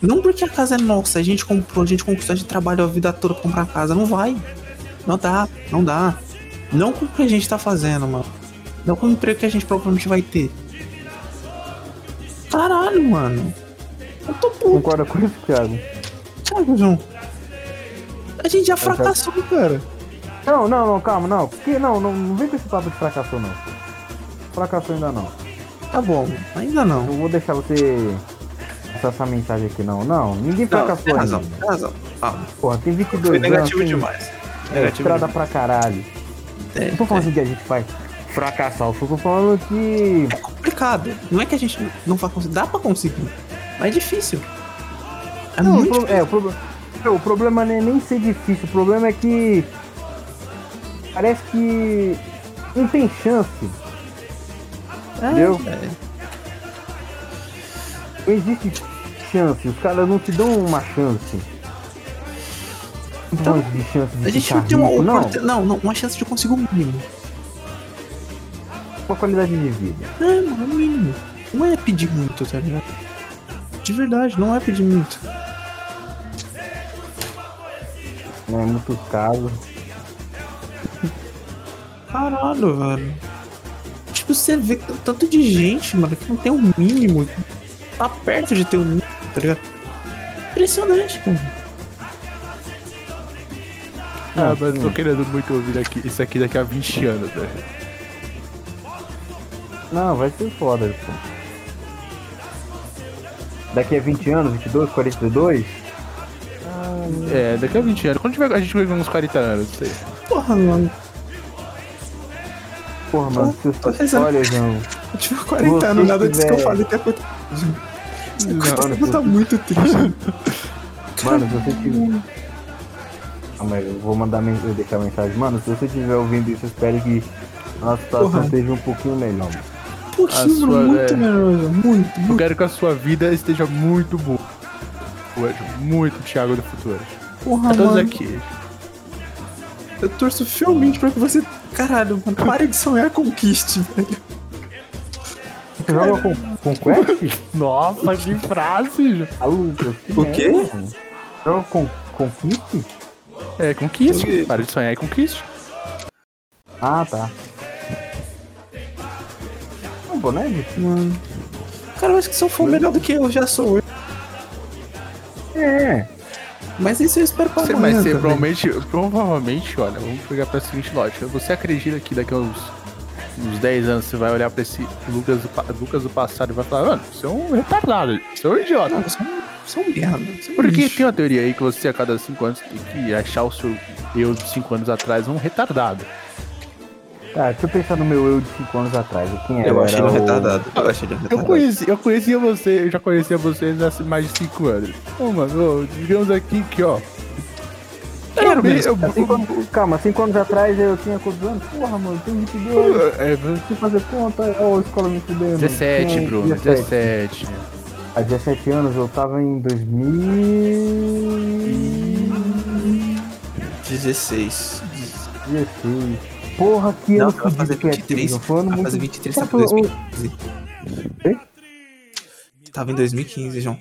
C: Não porque a casa é nossa, a gente comprou, a gente conquistou, a gente trabalhou a vida toda pra comprar a casa. Não vai. Não dá, não dá. Não com o que a gente tá fazendo, mano. Não com o emprego que a gente provavelmente vai ter. Caralho, mano. Eu tô puto.
G: Concorda com isso, Thiago?
C: Sabe, João? A gente já fracassou, cara.
G: Não, não, não, calma, não. Porque não, não, não vem com esse papo de fracassou não. Fracassou ainda não.
C: Tá bom, ainda não.
G: Não vou deixar você passar essa mensagem aqui não. Não,
C: Não, tem
G: ninguém fracassou
C: razão,
G: ainda.
C: tem razão. Calma.
G: Porra, tem 22
C: Foi
G: anos,
C: negativo
G: tem
C: demais. Negativo
G: estrada pra caralho.
C: É,
G: Não tô falando assim que a gente vai fracassar, eu tô falando que.
C: é complicado. Não é que a gente não vai conseguir. Dá pra conseguir. Mas é difícil. É
G: Não, o
C: muito
G: pro- é, o, proble- Não, o problema não é nem ser difícil, o problema é que parece que não tem chance,
C: difícil. É,
G: entendeu?
C: é.
G: não existe chance, os caras não te dão uma chance.
C: Então,
G: um monte de chance de
C: A gente
G: ficar
C: não tem uma
G: rico, não,
C: oportunidade. Não, não, uma chance de conseguir o mínimo.
G: uma qualidade de vida.
C: É, mano, é o mínimo. Não é pedir muito, tá ligado? De verdade, não é pedir muito.
G: Né? Muito caro.
C: Caralho, velho. Tipo, você vê t- tanto de gente, mano, que não tem o mínimo. Tá perto de ter o mínimo, tá ligado? Impressionante, cara.
A: Ah, mas eu tô querendo muito ouvir aqui, isso aqui daqui a 20 anos, né? velho.
G: Não, vai ser foda, pô. Daqui a 20 anos, 22, 42?
A: É, daqui a 20 anos. Quando tiver, a gente vai ver uns 40 anos, não sei.
C: Porra, mano.
G: Porra, mano, se
C: Então, tô pensando-
G: olha, João.
C: Eu tive 40
G: Você
C: Tipo, anos, nada disso que eu
G: tiver-
C: falei até quanto.
G: Mano,
C: Você tá muito triste.
G: Mano, se você tiver. Calma aí, eu vou mandar men- eu deixar a mensagem. Mano, se você estiver ouvindo isso, eu espero que a nossa situação
C: Porra.
G: esteja um pouquinho melhor.
C: Um pouquinho,
A: sua,
C: mano, muito
A: é.
C: melhor, velho. Muito,
A: Eu
C: muito.
A: quero que a sua vida esteja muito boa. Hoje, muito Thiago do futuro.
C: Porra,
A: Pra todos
C: mano.
A: Tá aqui.
C: Eu torço fielmente pra que você. Caralho, mano, para de sonhar a conquiste, velho.
G: Você joga com, com Quest?
A: Nossa, que frase!
G: Maluco,
C: O quê?
G: Joga com, com Quest?
A: É, conquiste.
C: Eu-
A: Para de sonhar e conquiste.
G: Ah, tá. Não, pô, não é difícil.
C: Mano. Cara, eu acho que se eu for melhor do que eu já sou hoje.
G: É.
C: Mas isso eu espero pra
A: Você vai
C: amanhã
A: ser
C: também.
A: provavelmente, provavelmente, olha, vamos pegar pra seguinte lógica. Você acredita que daqui a uns, uns 10 anos você vai olhar pra esse Lucas do, pa- Lucas do passado e vai falar, mano, você é um retardado, você é um idiota.
C: Não, são, são um merda. São
A: Porque
C: lixo.
A: tem uma teoria aí que você a cada 5 anos tem que achar o seu eu de 5 anos atrás um retardado.
G: Tá, deixa eu pensar no meu eu de 5 anos atrás. Quem era?
C: Eu achei
G: Era
C: ele
G: o-
C: retardado. Eu achei ele retardado.
A: Eu conheci, eu conhecia você, eu já conhecia vocês há mais de 5 anos. Ô, mano, ô, digamos aqui que, ó. Era bem, eu,
G: Há cinco anos- Calma, 5 anos atrás eu tinha quantos anos? Porra, mano, tenho 22.
A: é,
G: Deixa eu fazer conta, é, ó, a escola me fudeu. mano.
A: 17,
G: Tinha
A: Bruno, 17.
G: Há 17 anos eu tava em 2016.
C: 16.
G: Porra, que
C: Não,
G: ano
C: vai fazer
G: fudido que é
C: 23.
G: aquilo? Foi um ano
C: Vai
G: muito-
C: fazer 23,
G: Cara,
C: tá em
G: foi um-
C: 2015. Tava em 2015, João.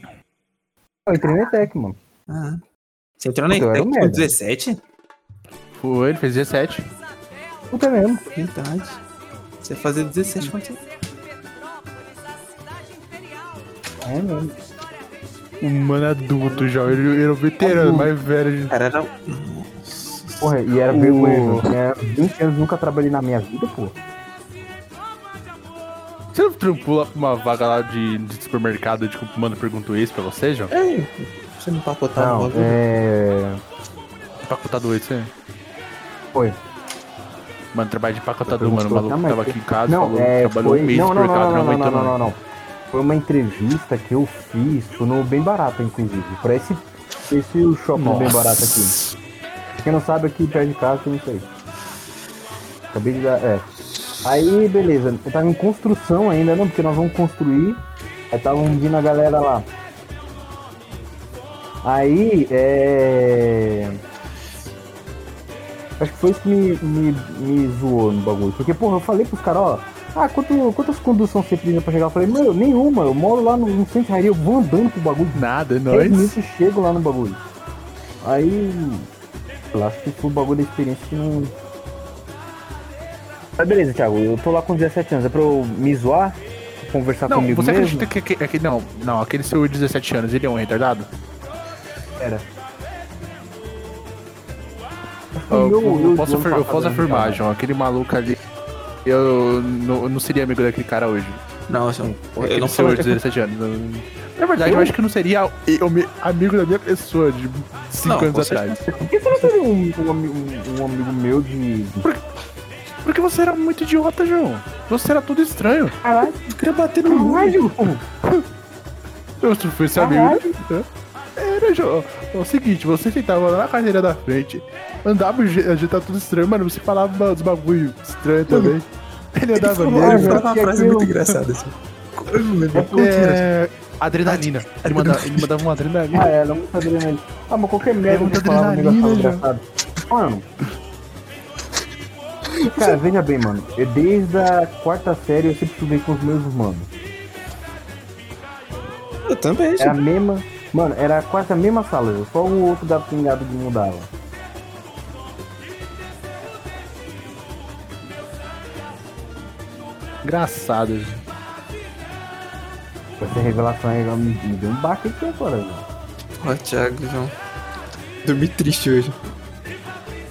G: Eu entrei na ETEC, mano.
C: Ah. Você entrou na
G: Eu era
C: ETEC
G: um
C: com
G: merda.
C: 17?
A: Foi, ele fez 17.
G: Puta mesmo.
C: Verdade. Você ia fazer 17 quando você...
G: É mesmo.
A: O mano é adulto já, ele ele era o veterano, mais velho. de-
C: Cara, era...
G: um- Porra, e era
A: O-
G: vergonha. né? Tinha 20 anos, nunca trabalhei na minha vida, pô.
A: Você não trampou lá pra uma vaga lá de, de supermercado, tipo, o mano perguntou isso pra você, João?
G: É.
C: Ei, você não pacotava
G: Não,
C: logo?
G: é.
A: Empacotador, isso aí.
G: Foi.
A: Mano, trabalho de empacotador, mano. O
G: Perguntou,
A: maluco
G: "Tá, mas
A: tava
G: que-
A: aqui em casa,
G: não,
A: falou que
G: é,
A: trabalhou
G: foi...
A: um mês
G: não,
A: no
G: não, não,
A: supermercado,
G: não, não, não,
A: aguentou
G: não, não,
A: mais.
G: não. Foi uma entrevista que eu fiz no Bem Barato, inclusive. Pra esse, esse o shopping do Bem Barato aqui. Quem não sabe, aqui perto de casa tem isso aí. Acabei de dar. É. Aí, beleza. Eu tava em construção ainda, não, porque nós vamos construir. Aí tava vindo a galera lá. Aí, é. Acho que foi isso que me, me, me zoou no bagulho. Porque, porra, eu falei pros caras, ó. Ah, quanto, quantas conduções você precisa pra chegar? Eu falei, meu, nenhuma. Eu moro lá no, no centro de Raria, eu vou andando pro bagulho.
A: Nada, é
G: Três
A: nós.
G: minutos eu chego lá no bagulho. Aí. Eu acho que foi o bagulho da experiência que não. Mas beleza, Thiago, eu tô lá com 17 anos. É pra eu me zoar? Conversar
A: Não,
G: comigo
A: você
G: mesmo?
A: acredita que, que, é que- não, não, aquele seu de 17 anos, ele é um retardado?
G: Era.
A: Eu, eu
G: Meu- meu
A: posso,
G: João
A: afir-
G: tá
A: eu posso
G: fazendo
A: afirmar, João, aquele maluco ali. Eu não, eu não seria amigo daquele cara hoje.
C: Não, assim, eu
A: Aquele
C: não
A: senhor
C: falo.
A: de 17 anos. eu- Na verdade, eu acho que não seria eu me- amigo da minha pessoa de 5
C: Não, com
A: anos
C: certeza.
A: atrás.
G: Por que você não teve um, um, ami- um- um amigo meu de.
A: Porque você era muito idiota, João. Você era tudo estranho.
G: Caralho,
C: Eu queria bater no mundo.
G: caralho!
A: Eu fui seu amigo.
G: Caralho.
A: Era, João. É o seguinte, você sentava lá na cadeira da frente, andava a gente tá tudo estranho, mano. Você falava uns bagulho estranho também. Ele
C: Ele
A: andava
C: falou,
A: nele.
G: merda.
C: ele falou uma
G: Que
C: frase
G: aquilo-
C: muito engraçada. Assim. Eu não lembro.
A: É... Adrenalina. Ele mandava, ele mandava uma adrenalina.
G: Ah, é, não muita adrenalina. Ah, mas qualquer merda que
A: muita
G: eu falava, o negócio
A: adrenalina,
G: tava engraçado. Mano. Cara, veja bem, mano. Eu, desde a quarta série eu sempre estudei com os mesmos manos.
C: Eu também,
G: Era É a mesma. Mano, era quase a mesma sala, viu? só o outro da pingada que mudava.
A: Engraçado, João.
G: Essa revelação aí me me deu um baque aqui agora, velho.
C: Ó, Thiago, João. Dormi triste hoje.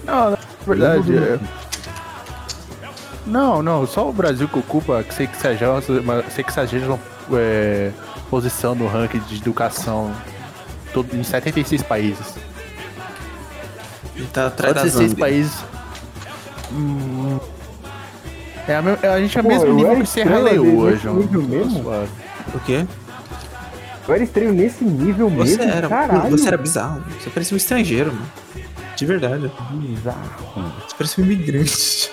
A: Não, na verdade. é- Não, não, só o Brasil que ocupa a 60ª uma 60ª, é, posição no ranking de educação todo, em 76 países.
C: Ele tá atrás da
A: 76
C: Zâmbia.
A: países. Hum. É a, me- a gente é o
G: Pô,
A: mesmo
G: eu
A: nível
G: era
A: que Serra
G: estrela
A: Leoa,
G: desse
A: João.
G: nível mesmo?
A: Suave.
C: O quê?
G: Eu era estranho nesse nível
C: Você
G: mesmo.
C: era.
G: Caralho,
C: Você era bizarro. Você parecia um estrangeiro, mano. De verdade.
G: bizarro.
C: Você parecia um imigrante.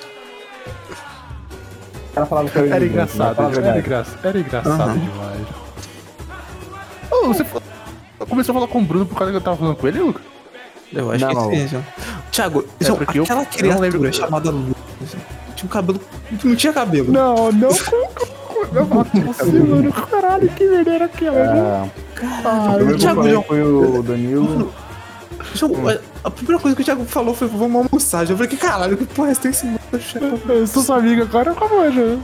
G: O cara falava que eu
A: Era
G: inglês, mas
A: engraçado, né?"
G: fala a
A: era,
G: verdade.
A: engra- era engraçado
C: Aham.
A: demais. Ô, você fa- começou a falar com o Bruno por causa que eu tava falando com ele, Lucas?
C: Eu acho
G: Não. É
C: que sim, João. Thiago, João,
A: porque eu-
C: aquela
A: eu não
C: criatura
A: lembro-
C: chamada Lu. Tinha um cabelo. Não tinha cabelo.
A: Não, não mano. Caralho, que é, né? merda aquela,
G: Ah,
A: Ah,
G: o primeiro que eu
C: Thiago,
G: falei
C: João.
G: foi o Danilo.
C: João, a- a primeira coisa que o Thiago falou foi: vamos almoçar. Eu falei: que caralho, que porra, você tem esse moço?
A: eu sou sua amiga agora, é, acabou já.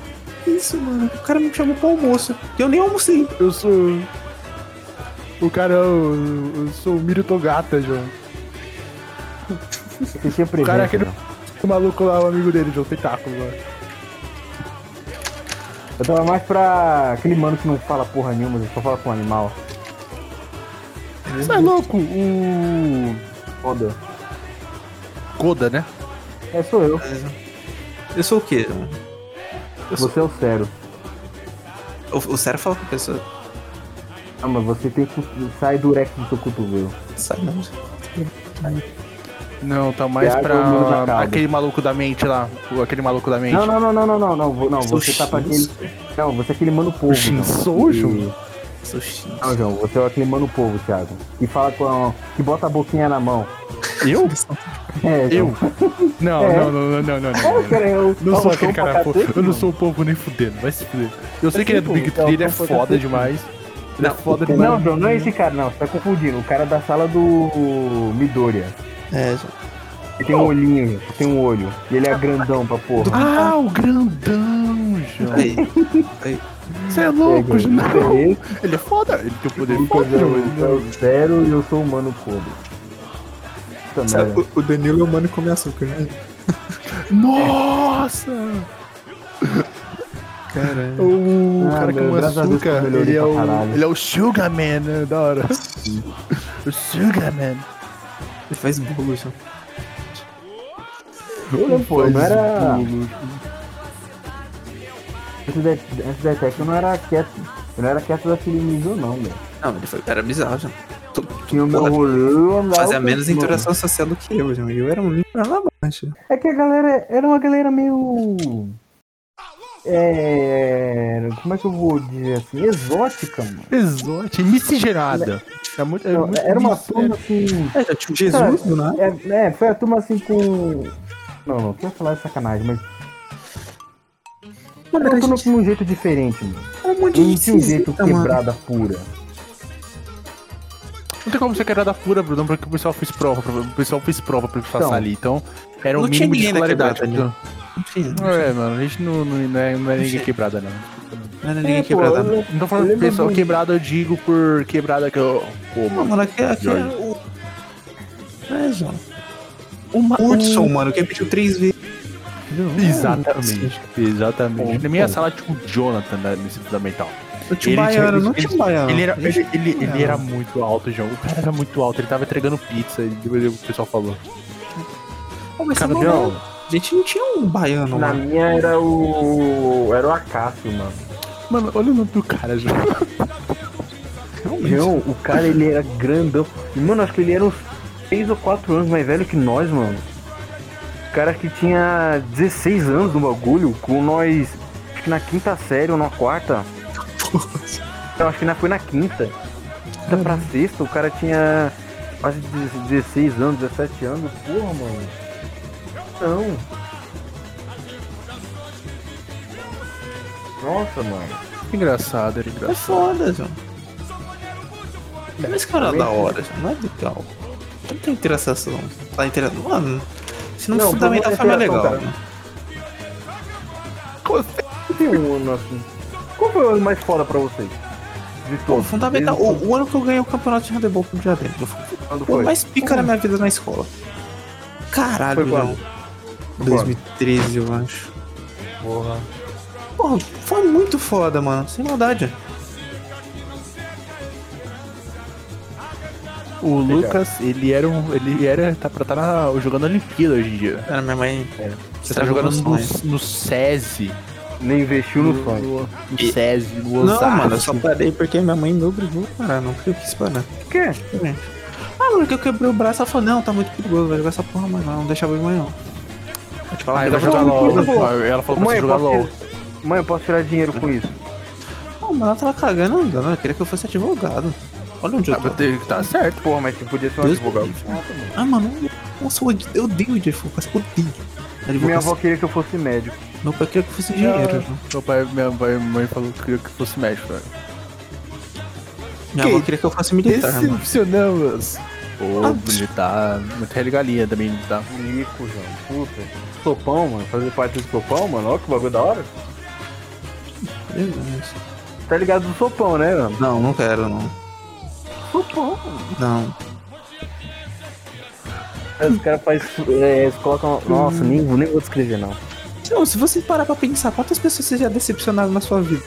C: Que é isso, mano? O cara me chamou pra almoço. Eu nem almocei.
A: Eu sou. O cara, eu, eu sou o Miro Togata, João.
G: Você tinha
A: O
G: presente.
A: cara é aquele
G: né?
A: o maluco lá, o amigo dele, João, tentáculo, mano.
G: Eu tava mais pra aquele mano que não fala porra nenhuma, ele só fala com animal.
A: Você é louco? O.
G: Foda.
A: Koda, né?
G: É, sou eu.
C: Eu sou o quê, João?
G: Você é o Cero.
C: O, o Sérgio fala com a pessoa.
G: Ah, mas você tem que sai do rex do seu cotovelo.
C: Sabe, não.
A: Não, tá mais
G: Thiago, mano da
A: pra
G: Calda.
A: aquele maluco da mente lá. o- Aquele maluco da mente.
G: Não, não, não, não, não, não, não, vo- não,
C: Sou
G: você tá pra aquele.
C: Shinzo.
G: Não, você é aquele mano povo.
A: Shinzo,
G: Não,
A: João?
C: Sou Shin.
G: não João, você é aquele mano povo, Thiago. Que fala com a... que bota a boquinha na mão.
A: Eu?
G: É,
A: Eu?
G: João.
A: Não,
G: É.
A: não, não, não, não, não, não.
G: É, cara, eu
A: Não
G: eu
A: sou aquele
G: pra
A: cara povo.
G: cacete,
A: Eu não
G: mano.
A: sou o povo nem fudendo, vai se fuder. Eu sei que ele é do
G: pô,
A: Big
G: então,
A: Tree, ele é
G: eu sou
A: foda
G: cacete.
A: demais. Ele é foda demais.
G: Não, João, não é esse cara, não. Você tá confundindo. O cara da sala do Midoriya.
C: É, João.
G: Ele tem um olhinho, tem um olho. E ele é grandão pra porra.
A: Ah, o grandão, João.
C: Aí.
A: Você é louco, João. Não.
G: É esse
A: Ele é foda, ele tem o poder
G: Lucas
A: foda,
G: é
A: João.
G: o- é o zero e eu sou o mano pobre. Puta
C: Sabe,
G: merda.
C: o- o Danilo é o mano que come açúcar, né?
A: Nossa!
C: Caralho.
A: O
G: Ah,
A: cara que
G: meu,
A: com
G: graças a Deus que
A: açúcar,
G: melhorou
A: ele é
G: pra
A: o.
G: caralho.
A: Ele é o Sugar Man, né? Da hora. O Sugar Man.
C: Ele faz bolo, assim. João.
G: Eu lembro, pô, eu não
A: Faz
G: era.
A: bolo.
G: Antes da, antes da Tech eu não era quieto. Eu não era quieto daquele nível, não, velho.
C: Não, ele foi, era bizarro, já. Tu,
G: Tinha o meu
C: porra,
G: rolê, eu andava
C: fazia menos
G: mano.
C: interação social do que eu, já. Eu era um livro lá abaixo.
G: É que a galera era uma galera meio. É. Como é que eu vou dizer assim? Exótica, mano.
A: Exótica, miscigenada. É muito, é muito
G: Era uma
A: mis-
G: turma assim.
C: É, já tinha o Jesus, do nada.
G: É, é, foi a turma assim com. Não, não, quero falar de sacanagem, mas.
C: Mano, a
G: Era uma turma
C: gente
G: com um jeito diferente, mano.
C: tinha um monte de
G: Não tinha um jeito
C: esquisita, mano.
G: quebrada pura.
A: Não tem como você querer dar pura, Bruno, porque o pessoal fez prova, pra- o pessoal fez prova pra passar
G: Então.
A: ali. Então, era o
C: Não tinha
A: mínimo de
C: ninguém né? na
A: escolaridade.
C: quebrada, Enfim,
A: Não é, mano, a gente não, não, não é, não é ninguém quebrada, não.
C: não era ninguém
G: É, pô,
C: quebrado.
G: eu-
A: Não tô
G: eu
A: falando
G: lembro
A: pessoal
G: do-
A: quebrada, eu digo por quebrada que eu. Pô,
C: Não,
A: mano.
C: mano, aqui, aqui é
A: Jorge.
C: o. É, João.
A: Uma,
C: Hudson, mano, que pediu três vezes. é.
A: Exatamente. Exatamente. Na minha
G: Pô.
A: sala tinha o Jonathan né, nesse fundamental.
C: Eu tinha um
A: Ele tinha-
C: baiano, não
A: ele-
C: tinha um baiano.
A: Ele era, ele, ele, ele
C: Baiano.
A: era muito alto, João. O cara era muito alto, ele tava entregando pizza e depois o pessoal falou.
C: Pô, mas
A: Cara,
C: você não
A: João,
C: era- A gente não tinha um baiano,
G: Na
C: mano.
G: minha era o. Era o Acácio, mano.
A: mano, olha o nome do cara, João.
G: Não, o cara ele era grandão. E, Mano, acho que ele era uns 3 ou 4 anos mais velho que nós, mano. O cara que tinha 16 anos no bagulho, com nós. Acho que na quinta série ou na quarta. Não, acho que na, foi na quinta. Quinta pra sexta, o cara tinha quase 16 anos, 17 anos. Porra, mano. Não. Nossa, mano.
A: Que Engraçado, era
C: É
A: engraçado.
C: foda, João. Mas cara da hora, João. Não é legal. Tanta interação. Tá interação. Mano, se não,
G: Não,
C: fundamentar
G: problema é
C: foi mais legal.
G: interação,
C: mano.
G: Tem um ano assim. Qual foi o ano mais foda pra vocês? De
C: Pô,
G: todos.
C: fundamental.
G: Desde
C: O, o ano que eu ganhei o campeonato de handebol pro dia dentro.
G: Quando
C: Pô,
G: foi?
C: mais pica na minha vida na escola. Caralho,
G: Foi
C: João.
G: quando?
C: 2013, eu acho.
G: Porra.
C: Porra, foi muito foda, mano. Sem maldade.
A: O Lucas, ele era um. Ele era. Tá, pra- tá na, jogando Olimpíada hoje em dia.
C: Cara, minha mãe.
A: Você tá jogando
C: no
A: no,
C: sonho.
A: no SESI.
G: Nem investiu no funk.
A: No, no
C: E-
A: SESI, no
C: Não,
A: Osasco.
C: mano, eu só parei porque minha mãe me obrigou a parar, não porque eu quis parar.
G: Por quê?
C: Ah, mano, que eu quebrei o braço, ela falou, não, tá muito perigoso, vai jogar essa porra mais não, não deixava de manhã. Tipo,
A: Ah, ela
C: ela ligava
A: vai jogar
C: pra mim,
A: LOL.
G: coisa boa.
A: Ela falou pra
G: Mãe,
A: você
G: eu
A: jogar
G: posso,
A: LOL.
G: tirar- Mãe, eu posso tirar dinheiro
C: Hum.
G: com isso?
C: Não, mano, ela tava cagando andando, ela queria que eu fosse advogado. Olha onde eu tô.
A: Tá certo.
G: Porra, mas você podia ser um
C: Deus
G: advogado.
C: me livre. Ah, mano, nossa, eu odeio- eu odeio de advocacia, odeio.
G: Minha
C: Advocacia.
G: avó queria que eu fosse médico.
C: Meu pai queria que eu fosse engenheiro. né? João.
A: Meu pai, minha pai, minha mãe falou que queria que fosse médico, né? velho.
C: Minha avó queria que eu fosse militar, mano.
A: Decepcionamos. Ô, militar, muita regalia também, tá?
G: Rico, João. Puta. Sopão, mano. Fazer parte do sopão, mano. Olha que bagulho da hora. Tá ligado do sopão, né, mano?
C: Não, não quero, não.
G: Sopão, mano.
C: Não.
G: Os caras fazem. É, eles colocam. Nossa, nem, nem vou descrever, não.
C: Não, se você parar pra pensar, quantas pessoas você já decepcionaram na sua vida?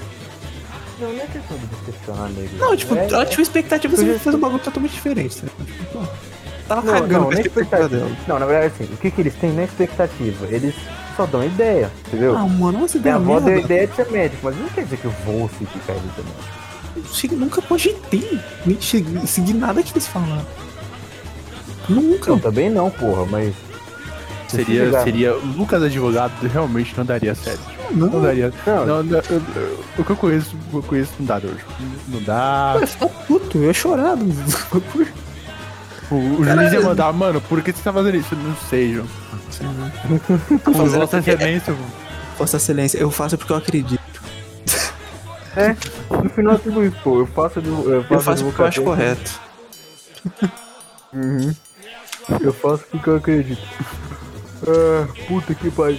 G: Não, não é questão de decepcionar, nego.
C: Não, tipo,
G: É-
C: ela tinha uma expectativa, você
G: Sugestão.
C: fez um bagulho totalmente diferente, tá ligado? Tipo, pô, tava
G: Não,
C: cagando tipo
G: não,
C: pra
G: nem
C: expectativa
G: expectativa.
C: dela.
G: Não, na verdade, assim, o que, que eles têm na expectativa? Eles só dão ideia, entendeu?
C: Ah, mano, você ideia
G: Minha avó deu
C: merda.
G: ideia de ser médico, mas não quer dizer que eu vou seguir carreira de médico.
C: Eu nunca cogitei nem cheguei, seguir nada que eles falaram. Nunca.
G: Não, também não, porra, mas.
A: Seria,
G: Legal.
A: seria. o Lucas advogado realmente não daria certo.
C: Não,
A: Não daria.
G: Não.
A: Não, não, eu- eu- o que eu conheço, eu conheço não dá hoje. Não dá.
C: Eu ia ficar tá puto, eu ia chorar. do-
A: O, o juiz ia mandar, mano, por que você tá fazendo isso? Eu Não sei, João.
C: Sei lá.
A: Com
C: fazendo
A: vossa
C: porque-
A: excelência,
C: Vossa Excelência, eu faço porque eu acredito.
G: No final é tudo isso, pô, eu faço advo- eu faço,
C: Eu faço porque eu acho
G: advocacia,
C: correto.
G: Eu faço porque eu acredito. Ah, puta que pariu.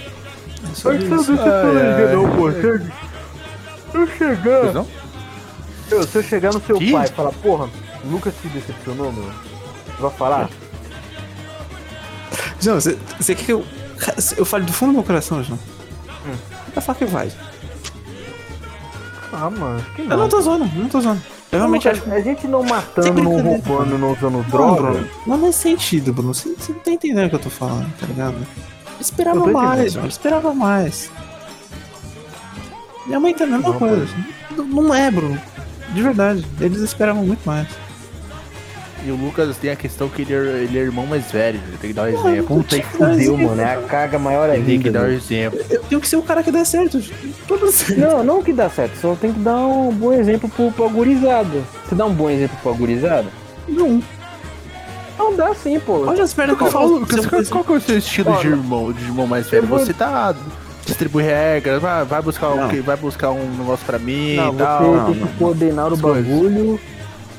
C: É só
G: Mas você não
C: isso.
A: Ai, ai.
G: decepcionaria, não, pô. Se se eu chegar.
A: não?
G: Eu, se eu chegar no seu
A: Que?
G: pai e falar, porra, o Lucas te decepcionou, meu. Você vai falar?
C: João, você você quer que eu. Eu falo do fundo do meu coração, João.
G: Hum.
C: Vai falar que vai.
G: Ah, mano, acho que
C: Eu não tô zoando, não tô zoando. Eu realmente acho.
G: a gente não tá
C: Sem
G: matando, não
C: brincadeira.
G: roubando, não usando
C: Não,
G: droga.
C: Bruno, não nesse sentido, Bruno. Você, você não tá entendendo o que eu tô falando, tá ligado? Eu esperava
G: Eu tô entendendo.
C: mais, mano. Eu esperava mais. Minha mãe tá a mesma
G: Não,
C: coisa. Não, não é, Bruno. de verdade. Eles esperavam muito mais.
A: E o Lucas tem a questão que ele é, ele é irmão mais velho, ele tem que dar um exemplo.
G: Puta que fudeu, mano. É a carga maior
A: Ele tem que
G: ainda.
A: dar um
G: mano.
A: exemplo.
C: Eu tenho que ser o cara que dá certo. Todo assim.
G: Não, não que dá certo, só tem que dar um bom exemplo pro, pro gurizada. Você dá um bom exemplo pro gurizada?
C: Não.
G: Não dá sim, pô.
C: Olha as pernas que eu
A: Qual,
C: falo.
A: Lucas, qual, qual que é o seu estilo de irmão, de irmão mais velho?
G: eu vou-
A: Você tá. distribui regras, vai, vai buscar um,
C: Não.
A: que- vai buscar um negócio pra mim
G: Não,
A: e
G: você
A: tal.
G: tem
C: não,
G: que coordenar o
A: As coisas.
G: bagulho.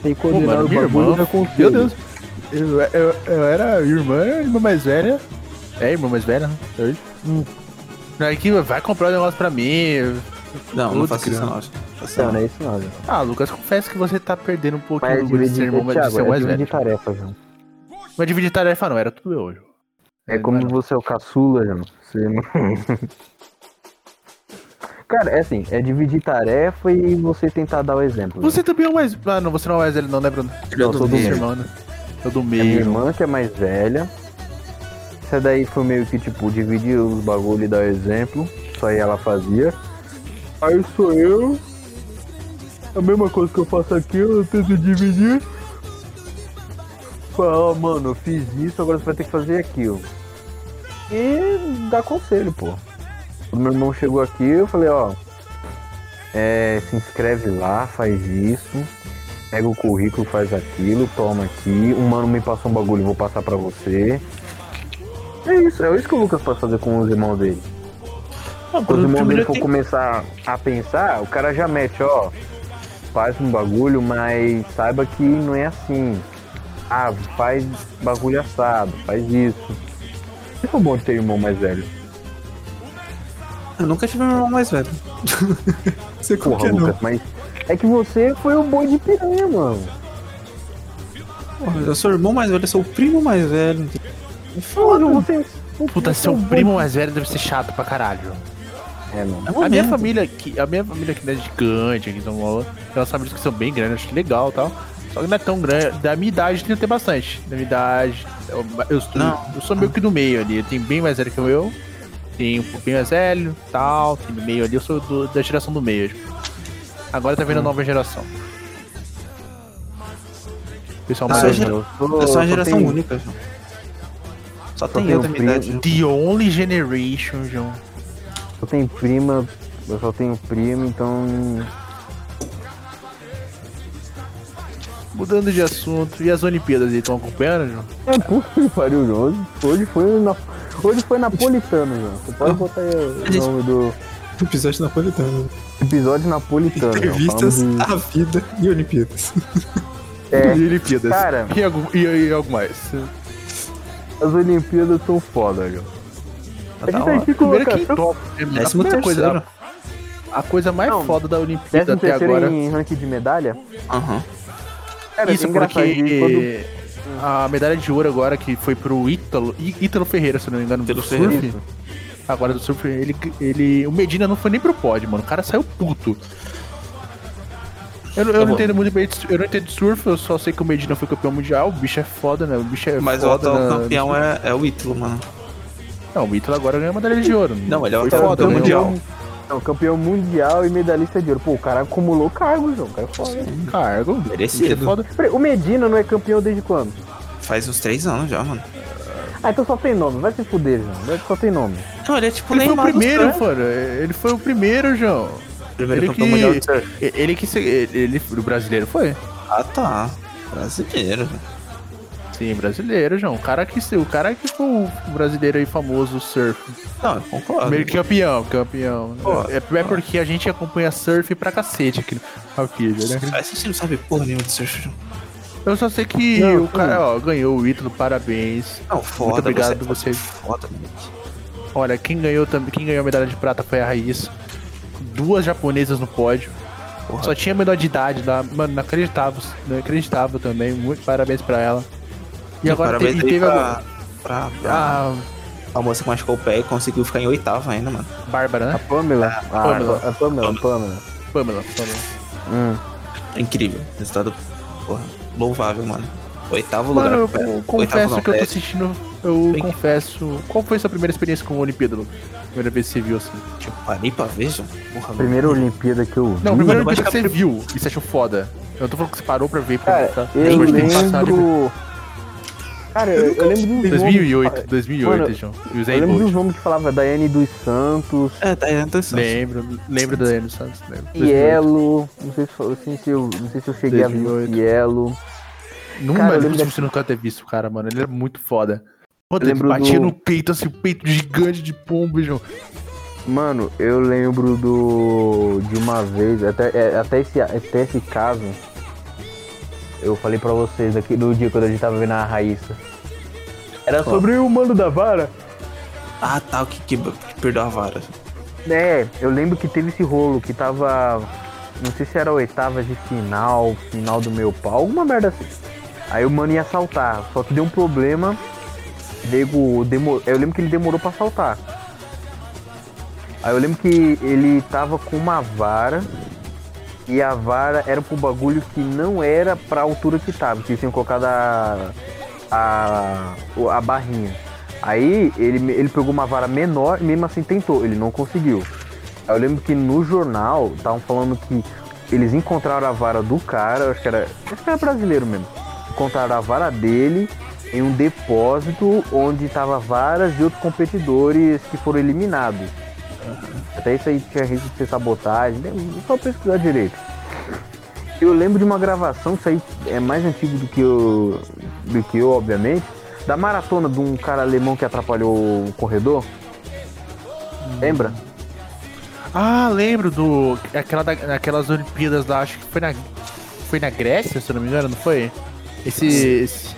G: Tem que
A: Pô,
G: coordenar
A: mano,
G: o
A: minha
G: bagulho
A: irmã.
G: da conselho.
A: Meu Deus. Eu, é, eu, eu era irmã, era irmã mais velha. É, irmã mais velha, né? Hoje. Aí que vai comprar um negócio pra mim.
C: Não, não
A: Puta,
C: faço isso,
A: criança.
C: não. acho. Faço
G: Não,
C: isso,
G: não
C: não.
G: é isso não, João.
A: Ah, Lucas, confesso que você tá perdendo um pouquinho
G: Mas é
A: do orgulho de
G: dividir,
A: ser irmão, mas de
G: Thiago,
A: ser o
G: é
A: mais
G: dividir
A: velho.
G: tarefa, João.
A: Mas dividir tarefa não, era tudo eu. João.
G: É como você é o caçula, João. Você não... Cara, é assim, é dividir tarefa e você tentar dar o exemplo.
A: Você também é o mais. Ah, não, você não é o mais velho, não, né, Bruno?
G: João. eu sou do
A: Esse
G: meio.
A: irmão, né? Eu do
G: É minha
A: meio.
G: irmã que é mais velha. Essa daí foi meio que tipo dividir os bagulho e dar exemplo. Só aí ela fazia. Aí sou eu. A mesma coisa que eu faço aqui, eu tento dividir. Fala, "Ó, mano, eu fiz isso, agora você vai ter que fazer aquilo. E dá conselho, pô. O meu irmão chegou aqui, eu falei, ó. é, se inscreve lá, faz isso pega o currículo, faz aquilo, toma aqui, um mano me passou um bagulho, vou passar pra você. É isso, é isso que o Lucas pode fazer com os irmãos dele.
C: Não,
G: Quando os irmãos dele
C: primeiro
G: for
C: tem-
G: começar a pensar, o cara já mete, ó, faz um bagulho, mas saiba que não é assim. Ah, faz bagulho assado, faz isso. Isso é bom de ter irmão mais velho.
C: Eu nunca tive um irmão mais velho. Você como
G: Porra,
C: que um. não?
G: Lucas, mas é que você foi o boi de piranha, mano.
C: Porra, eu sou o irmão mais velho, eu sou o primo mais velho.
G: Mano, você.
A: Puta,
G: você é
A: seu
G: um boi
A: primo mais velho deve ser chato pra caralho. João.
G: de- É, mano.
A: A minha família aqui, a minha família aqui não é gigante, aqui em São Paulo. Tem umas famílias que são bem grandes, acho que legal e tal. Só que não é tão grande. Da minha idade tem até bastante. Da minha idade. Eu, eu, sou-
C: Não.
A: eu sou meio que do meio ali. Tem bem mais velho que eu. Tem um pouquinho mais velho tal. Tem do meio ali. Eu sou do- da geração do meio. tipo. Agora tá vendo a
C: Hum.
A: nova geração. Pessoal
C: Ah,
A: mais
C: eu
A: velho.
C: já-
G: eu sou,
C: Eu sou uma
G: só
C: geração
G: tenho-
C: única, João. um. Só tem
G: tenho
C: eu da minha
G: primo.
C: idade.
A: The only generation, João.
G: Eu tenho prima, eu só tenho primo, então.
A: Mudando de assunto. E as Olimpíadas aí? Estão acompanhando, João?
G: É puta que pariu, João. hoje, hoje foi na, hoje foi napolitano, João. Você pode botar aí o nome do
C: Episódio napolitano.
G: episódio napolitano. João.
C: Entrevistas
G: Falamos
C: à vida e Olimpíadas.
G: de- é,
A: E Olimpíadas.
G: Cara.
A: E algo, e, e algo mais.
G: as Olimpíadas são foda, João.
C: Tá
G: A gente
C: da
G: tá
C: hora.
G: aqui
A: Primeiro é que
G: colocando
A: top. A
C: Décimo
A: primeira
C: terceiro.
A: coisa, a coisa mais
G: Não.
A: foda da Olimpíada
G: décimo
A: até agora.
G: um terceiro em ranking de medalha.
C: Aham.
G: Cara,
A: Isso
G: é engraçado de quando-
A: porque a medalha de ouro agora que foi pro Ítalo, Í- Ítalo Ferreira, se não me engano,
C: Ítalo
A: do surf.
G: Ferreira.
A: Agora do surf, ele, ele. O Medina não foi nem pro pódio, mano. O cara saiu puto. Eu, eu não
C: Tá bom.
A: entendo muito bem de, su- eu não entendo de surf, eu só sei que o Medina foi campeão mundial, o bicho é foda, né? O bicho é
C: Mas o
A: foda.
C: atual
A: na-
C: campeão é, é o Ítalo, mano.
A: Não, o Ítalo agora ganhou a medalha de ouro.
C: Não, ele é o
A: Foi
C: atual
A: foda,
C: campeão
A: né?
C: mundial.
G: Não, campeão mundial e medalhista de ouro. Pô, o cara acumulou cargo, João. O cara é foda.
A: um Cargo.
C: Merecido.
A: bicho é foda.
G: Peraí, O Medina não é campeão desde quando?
C: Faz uns três anos já, mano.
G: Ah, então só tem nome, vai se fuder, João. Só tem nome.
C: Não, ele é tipo
A: Ele foi o
C: Neymar dos
A: primeiro,
C: surf.
A: mano. Ele foi o primeiro, João.
C: Primeiro
A: Ele que.
C: campeão mundial de surf.
A: Ele que. se- Ele, ele- o brasileiro foi?
C: Ah, tá. Brasileiro.
A: Sim, brasileiro, João. O cara que, se- o cara que foi o brasileiro aí famoso do surf.
C: Ah, Não, eu concordo.
A: Primeiro campeão, campeão.
C: Pô,
A: é, é porque a gente acompanha surf pra cacete aqui no aqui, né?
C: Parece que você não sabe porra nenhuma de surf. João.
A: Eu só sei que
G: Não,
A: o cara, ó, ganhou o Ítalo, parabéns.
C: Não, foda.
A: Muito obrigado por
C: você.
A: você.
C: é Foda, moleque.
A: Olha, quem ganhou também, quem ganhou a medalha de prata foi a Raíssa. Duas japonesas no pódio.
C: Porra.
A: Só tinha menor de idade lá, mano, não acreditava, não acreditava também. Muito parabéns pra ela. E agora
C: parabéns
A: teve,
C: aí
A: teve
C: pra, pra, pra
A: a,
C: a moça que machucou o pé e conseguiu ficar em oitavo ainda, mano.
A: a Bárbara,
G: A
A: né?
G: Pamela. Ah,
A: Pamela.
G: a Pamela, a Pamela.
A: Pamela, Pamela.
G: Hum.
C: É Incrível. Resultado, porra, louvável, mano. Oitavo
A: Mano,
C: lugar.
A: eu confesso que eu tô sentindo. Eu
C: Bem-
A: confesso. Qual foi sua primeira experiência com a Olimpíada, Lucas? Primeira vez que você viu assim?
C: Que eu parei pra ver, João. Porra, mano.
G: Primeira Olimpíada que Hum, eu vi.
A: Não, a primeira
C: eu acho
A: Olimpíada que
C: que
A: você viu e você achou foda. Eu não tô falando que você parou pra ver.
G: Cara,
A: Pra
G: eu
A: Depois de ter passado, tipo, depois-
G: lembro. Cara, eu, eu lembro um dos nomes que fala-
A: 2008, 2008,
G: Mano,
A: João. E o
G: Eu
A: Zé
G: lembro
A: Bolt.
G: dos nomes que falava Daiane dos Santos,
C: É, tá interessante.
A: Lembro, lembro da Daiane Santos, lembro. 2008.
G: Cielo. Não sei se, foi- assim, se eu, não sei se eu cheguei a ver o
A: 2008.
G: Cielo.
A: Não,
G: Cara, eu
A: mano,
G: lembro
A: eu nunca ter visto o cara, mano. Ele era muito foda. Foda,
G: Eu
A: ele
G: lembro
A: batia
G: do-
A: no peito, assim, o peito gigante de pombo, João.
G: Mano, eu lembro do. de uma vez, até, é, até, esse, até esse caso. Eu falei pra vocês aqui do dia quando a gente tava vendo a Raíssa. Era sobre o mano da vara?
C: Ah, tá. O que que que perdeu a vara?
G: É, eu lembro que teve esse rolo que tava. Não sei se era oitava de final, final do meu pau, alguma merda assim. Aí o mano ia saltar, só que deu um problema. Nego demorou. Eu lembro que ele demorou pra saltar. Aí eu lembro que ele tava com uma vara. E a vara era pro bagulho que não era pra altura que tava, que tinham colocado a, a, o- a barrinha. Aí ele, ele pegou uma vara menor e mesmo assim tentou, ele não conseguiu. Aí eu lembro que no jornal estavam falando que eles encontraram a vara do cara, eu acho que era, acho que era brasileiro mesmo. Encontraram a vara dele em um depósito onde tava varas de outros competidores que foram eliminados. Até isso aí tinha risco de ser sabotagem, né? só pesquisar direito. Eu lembro de uma gravação, isso aí é mais antigo do que eu, do que eu obviamente, da maratona de um cara alemão que atrapalhou o corredor. Lembra?
A: Ah, lembro do. Aquela da, daquelas Olimpíadas lá, acho que foi na. Foi na Grécia, se eu não me engano, não foi? Esse. esse-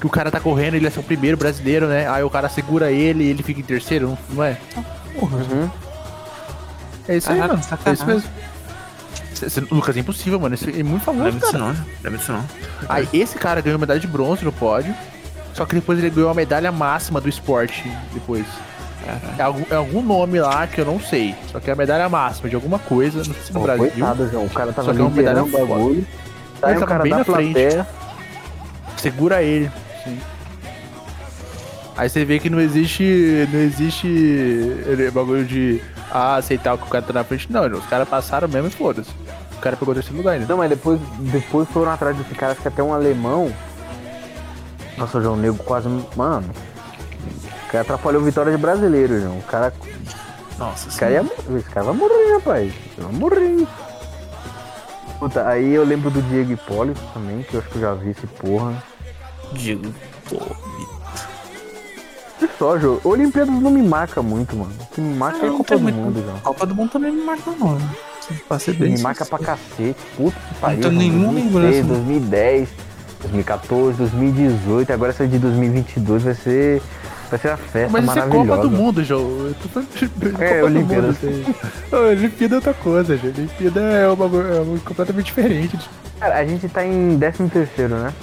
A: que o cara tá correndo, ele é seu primeiro brasileiro, né? Aí o cara segura ele e ele fica em terceiro, não, não é? É isso aí,
C: Uhum. Caraca,
A: mano. É isso
C: sacanagem.
A: mesmo. Cê- cê- Lucas, é impossível, mano. Isso é muito famoso,
C: Lembra disso
A: cara.
C: não, né? Lembra disso não.
A: Aí esse cara ganhou medalha de bronze no pódio. Só que depois ele ganhou a medalha máxima do esporte depois. É algum, é algum nome lá que eu não sei. Só que é a medalha máxima de alguma coisa. Não sei se no
G: Pô,
A: Brasil.
G: Coitado, João. O cara tava
A: Só que é uma medalha
G: liderando o bagulho. Aí
A: Ele
G: o
A: tava
G: cara
A: bem
G: da
A: na frente.
G: plateia.
A: Segura ele. Sim. Aí você vê que não existe. Não existe ele- bagulho de ah, aceitar o que o cara tá na frente. Não, os caras passaram mesmo e foda-se. O cara pegou terceiro lugar ainda.
G: Não, mas depois, depois foram atrás desse cara, acho que até um alemão. Nossa, João Nego quase. me- Mano. O cara atrapalhou vitória de brasileiro, João. O cara, o
C: Nossa
G: cara ia morrer. Esse cara vai morrer, rapaz. Ele Vai morrer. Puta, aí eu lembro do Diego Hipólito também, que eu acho que eu já vi esse porra.
C: Digo, pô.
G: E só, João. Olimpíadas não me marca muito, mano. O que me marca é a
C: não
G: Copa
C: tem
G: do
C: muito-
G: Mundo, João.
C: Copa do Mundo também me marca não. né? Pra ser bem
G: Me marca pra cacete. Puta que pariu.
C: tenho nenhuma
G: mano. 2006,
C: lembrança.
G: 2010, 2014, 2018. Agora essa de 2022 vai ser. Vai ser a festa
A: Mas É, isso é
G: maravilhosa.
A: Copa do Mundo, João. Eu tô falando de- Copa do
G: Olimpíada.
A: Mundo, isso aí. Ô, Olimpíada é outra coisa, gente. Olimpíada é uma, é uma completamente diferente.
G: Cara, a gente tá em 13 terceiro, né?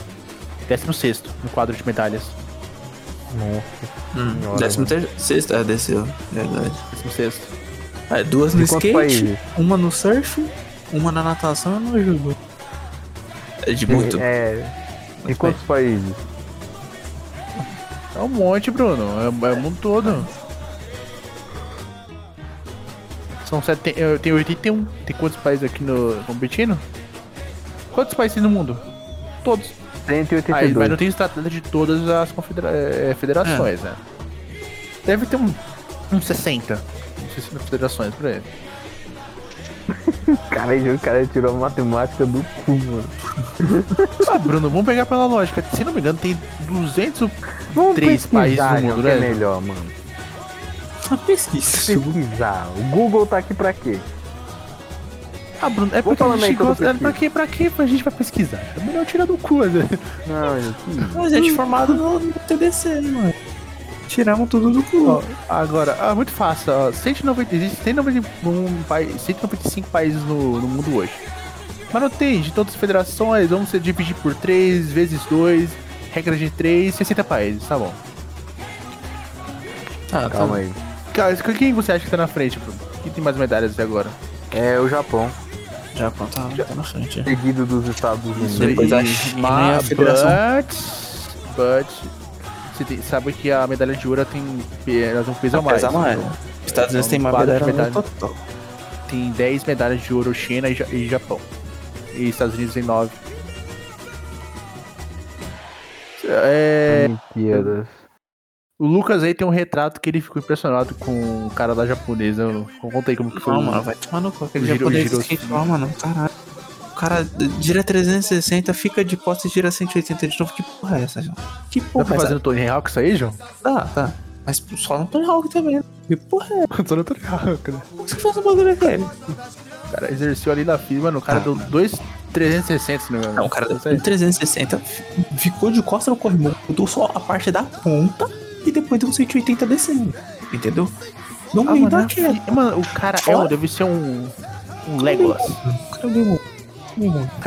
A: 16 no quadro de medalhas.
G: Nossa.
C: Hum,
G: Senhora,
C: décimo
G: mano.
C: terceiro. Sexto, é, desceu. Verdade.
A: 16.
C: É, duas no
G: De quantos
C: skate,
G: países?
C: uma no surf, uma na natação e uma no judo. É de muito.
G: É. De quantos países?
A: É um monte, Bruno. É, é o mundo todo. São sete, eu tenho 81. Tem quantos países aqui no competindo? Quantos países tem no mundo? Todos. Aí, mas
G: 182.
A: não tem estratégia de todas as confedera- eh, federações,
G: É.
A: né? Deve ter um, uns 60. Uns 60 federações por aí.
G: Cara, o cara tirou a matemática do cu, mano.
A: Ah, Bruno, vamos pegar pela lógica. Se não me engano, tem 200 ou três países no
G: pesquisar, João,
A: mundo,
G: que É
A: né?
G: melhor, mano.
C: Uma pesquisa.
G: Pesquisar. O Google tá aqui pra quê?
A: Ah, Bruno, é porque a
G: falando aí
A: gente
G: que eu tô
A: gosta. Pra
G: pesquisando.
A: quê? Pra quê? Pra gente vai pesquisar. É melhor tirar do cu, né?
G: Não, gente.
C: Mas gente é formado no, no TDC, mano. Tiraram tudo do
A: Ó,
C: cu.
A: agora, ah, muito fácil. Ó, 190, existe 191 pai- 195 países no, no mundo hoje. Mas não tem, de todas as federações, vamos se dividir por 3 vezes 2, regra de 3, 60 países, tá bom.
C: Tá, tá.
G: Calma aí.
A: Cara, quem você acha que tá na frente, Bruno? Quem tem mais medalhas até agora?
G: É o Japão.
C: Já pronto, tá, tá na frente. já.
G: seguido dos Estados Unidos.
C: Depois a
A: E-
C: China e a
A: mas,
C: federação.
A: But, but, você tem- sabe que a medalha de ouro tem, elas não pesam mais.
C: Pesa mais.
A: Então,
C: Os Estados Unidos
A: Então,
C: tem mais
A: quase
C: medalha
A: metade.
C: no total.
A: Tem 10 medalhas de ouro China e Ja- e Japão. E Estados Unidos tem 9. É,
B: Olimpíadas.
A: o Lucas aí tem um retrato que ele ficou impressionado com o cara da japonesa. Eu não contei como que foi.
C: Não, mano, vai tomar no cu. Aquele
A: Giro-
C: japonês
A: giro-
C: que fala, mano, caralho. O cara gira 360, fica de costa e gira 180 de novo. Que porra é essa, João? Que
A: Dá
C: porra
A: pra
C: é
A: fazer
C: essa?
A: no Tony Hawk isso aí, João?
C: Tá, tá. Mas só no Tony Hawk também. né? Que porra é?
A: Só no Tony Hawk, né?
C: Como você faz um bagulho daquele?
A: O cara exerceu ali na firma, mano. O cara
C: Ah,
A: deu dois 360 no
C: Não, o cara deu 360, fi- ficou de costa no corrimão, mudou só a parte da ponta e depois deu um 180 descendo. Entendeu? Não
A: Ah,
C: me
A: mano,
C: dá
A: na
C: que
A: fi- mano, o cara é um, deve ser um, um Legolas. O cara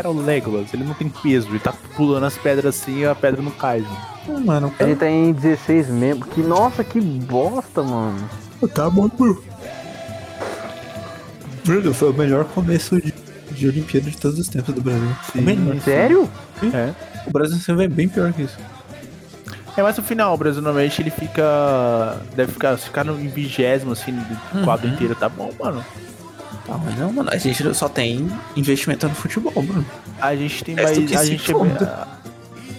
A: é um Legolas, ele não tem peso, ele tá pulando as pedras assim e a pedra não cai. Mano.
C: Ah, Mano, o
B: Ele
C: cara
B: tá em 16 membros. Que nossa, que bosta, mano.
C: tá bom, bro. Bruno, foi o melhor começo de, de Olimpíada de todos os tempos do Brasil. O melhor.
B: Sério?
A: É.
C: O Brasil sempre é bem pior que isso.
A: é, mas no final, o Brasil normalmente ele fica. Deve ficar, se ficar no em vigésimo, assim,
C: Uhum.
A: do quadro inteiro, tá bom, mano.
C: Tá, mas não, mano, a gente só tem investimento no futebol, mano.
A: A gente tem
C: É,
A: mais.
C: tu que
A: A
C: se
A: gente
C: foda.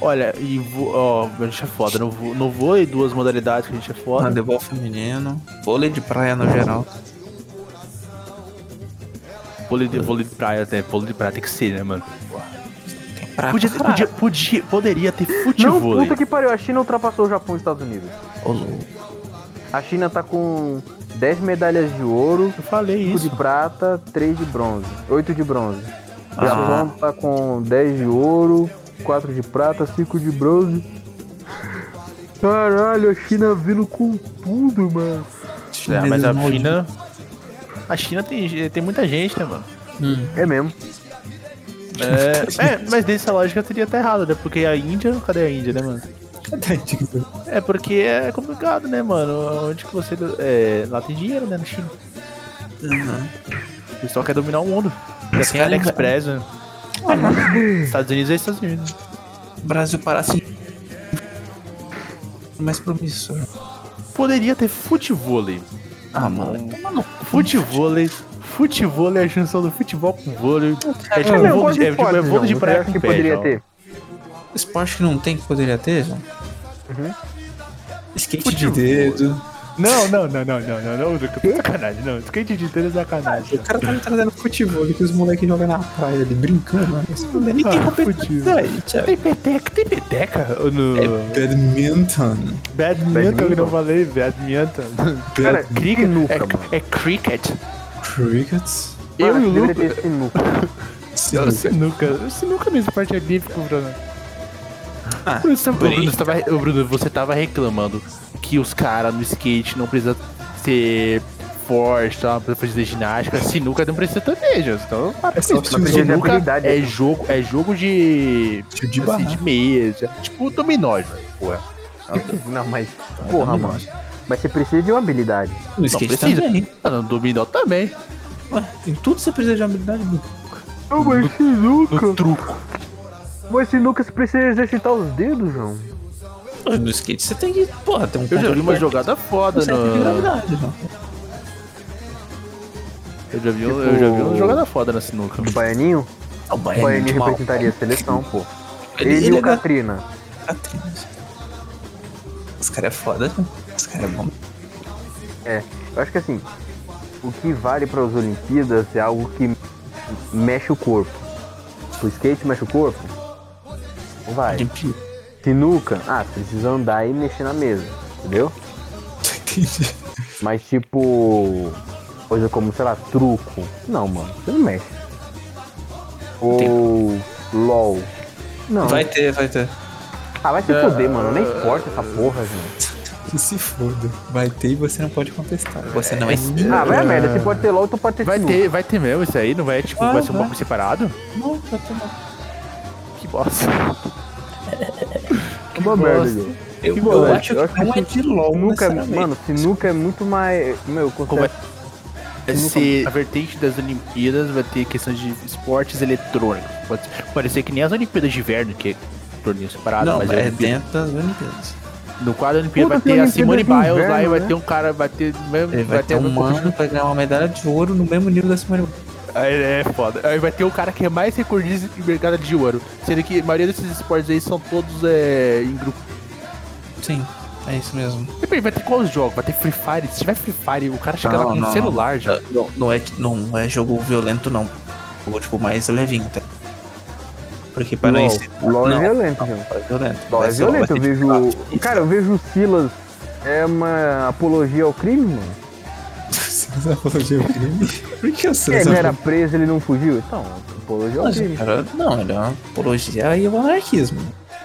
A: Olha, e vo- ó, a gente é foda. No, vo- no vôlei, duas modalidades que a gente é foda.
C: Handebol feminino, vôlei de praia no geral.
A: Vôlei de, vôlei de praia, né? Vôlei de praia tem que ser, né, mano?
C: Tem praia
A: Podia,
C: pra
A: podia,
C: caralho.
A: podia, poderia ter
B: Não,
A: futebol.
B: puta que pariu. A China ultrapassou o Japão e os Estados Unidos.
C: Ô, louco.
B: A China tá com 10 medalhas de ouro,
A: Eu falei
B: 5
A: isso.
B: de prata, 3 de bronze, 8 de bronze. O Japão tá com 10 de ouro, 4 de prata, 5 de bronze. Caralho, a China vindo com tudo, mano.
A: É, mas a
C: Maldito.
A: China. A China tem, tem muita gente, né, mano?
B: É mesmo.
A: É, é, mas dessa lógica teria até errado, né? Porque a Índia. Cadê a Índia, né, mano? É porque é complicado, né, mano? Onde que você. É, lá tem dinheiro, né, na China. O pessoal quer dominar o mundo. Já
C: Esse
A: tem
C: cara é-
A: AliExpress, né? Estados Unidos é Estados Unidos.
C: O Brasil parasse mais promissor.
A: Poderia ter futevôlei. Então,
C: Ah, mano. Toma no
A: Futevôlei. Futevôlei é a junção do futebol com vôlei. É tipo,
B: É
A: é,
B: mesmo,
A: vôlei,
B: quase
A: de- é, tipo, é
B: pode,
A: vôlei de
B: João.
A: praia
B: Você acha
A: com
B: que
A: pé,
B: poderia
A: João.
B: ter.
C: esporte que não tem que poderia ter, João. Skate
A: Futebol.
C: de dedo.
A: Não, não, não, não, não, não, não, Luca, sacanagem, não. Skate de inteiro é sacanagem.
C: O cara tá me trazendo futebol que os moleques jogam na praia ali, brincando. Mano. Isso não é nem
A: Ah,
C: tem competição
A: futebol.
C: aí, Thiago.
A: Tem peteca, tem peteca no
C: Badminton.
A: badminton, que É, eu não falei, badminton.
B: Cara,
A: Cricket,
B: sinuca,
A: é,
B: mano.
A: é cricket.
C: Crickets.
A: Eu
B: Mano,
A: e o
B: deveria
A: Luca,
B: ter sinuca.
A: Não, sinuca, sinuca mesmo, parte é bíblico, Bruno.
C: Ah,
A: Bruno, você, tava- Bruno,
C: brinca.
A: você tava, ô, Bruno, você tava reclamando que os caras no skate não precisam ser forte, tá? não precisa fazer ginástica, sinuca não precisa também, gente. Então, para com
C: É só
A: isso.
C: preciso de
A: sinuca
B: habilidade,
A: é
B: né?
A: jogo, é jogo de,
C: Tio de
A: assim,
C: barra.
A: de mesa, tipo dominó, velho, porra.
B: Não, mas. Porra,
C: também
B: mano. Mas você precisa de uma habilidade.
C: No
A: Não
C: skate
A: precisa.
C: também.
A: Ah, no dominó também.
C: Ué, em tudo você precisa de habilidade. mano.
B: Não, mas sinuca.
A: No truco.
B: Mas sinuca você precisa exercitar os dedos, João.
C: Pô, Ah, No skate você tem que, porra, ter um
A: Eu já vi uma
C: controle
A: jogada foda
C: certo de
A: no...
C: gravidade, João.
A: Eu já vi, um- eu já vi uma jogada foda na sinuca.
B: Do Baianinho?
C: O
B: O Baianinho
C: é mal.
B: representaria a seleção, pô.
C: Ele,
B: Ele,
C: ele,
B: e
C: é
B: o Katrina.
C: Catrinas. Os caras é foda, né? Os caras é bom.
B: É, eu acho que assim, o que vale para as Olimpíadas é algo que mexe o corpo. O skate mexe o corpo? Não Vai.
C: Entendi.
B: Sinuca? Ah, precisa andar e mexer na mesa, entendeu? Mas tipo, coisa como, sei lá, truco. Não, mano, você não mexe. Ou LOL. Não.
C: Vai ter, vai ter.
B: Ah, vai se foder, mano. Nem esporte essa porra, gente.
C: Que se foda. Vai ter e você não pode contestar. Você não é
B: Ah, vai a merda. Você pode ter LOL, tu pode ter
A: Vai
B: sinuca.
A: ter, vai ter mesmo isso aí, não vai, tipo,
C: Ah,
A: vai ser um
C: vai.
A: pouco separado?
C: Não, já tô mal.
A: Que bosta.
B: É uma merda, gente.
C: Eu,
B: Que
C: eu
B: bom,
C: acho
B: eu
C: que não é de LOL.
B: Sinuca,
C: necessariamente.
B: mano, sinuca é muito mais. Meu, eu
A: Como é?
B: considero
A: Esse, a vertente das Olimpíadas vai ter questão de esportes eletrônicos. Pode parecer que nem as Olimpíadas de inverno, que é torneio separado,
C: Não,
A: mas
C: é
A: Olimpíada-
C: dentro das Olimpíadas.
A: No quadro da Olimpíada
B: Puta,
A: vai
B: tem
A: ter a
B: Olimpíada
A: Simone
B: de
A: Biles
B: inverno,
A: lá e vai
B: né?
A: ter um cara, vai ter, mesmo-
C: Vai, ter um
A: algum
C: mano que vai ganhar uma medalha de ouro no mesmo nível da Simone
A: Aí é foda. Aí vai ter o cara que é mais recordista em mercado de ouro. Sendo que a maioria desses esportes aí são todos é, em grupo.
C: Sim, é isso mesmo.
A: Depende, vai ter quais jogos? Vai ter Free Fire. Se tiver Free Fire, o cara chega lá com um celular já.
C: Não, não é, não é jogo violento, não. Jogo, tipo, mais levinho, tá? Porque para
B: LOL.
C: isso...
B: LOL é
C: não,
B: violento,
C: não,
B: gente.
C: é violento.
B: Não, é
C: Vai ser-
B: violento, eu
C: vai ser
B: vejo.
C: difícil.
B: Cara, eu vejo o Silas é uma apologia ao crime, mano.
C: Por que eu sei
B: Ele
C: essa
B: É, não era preso, ele não fugiu. Então, apologia ao
C: Mas,
B: crime.
C: cara, não, ele é uma apologia e o anarquismo.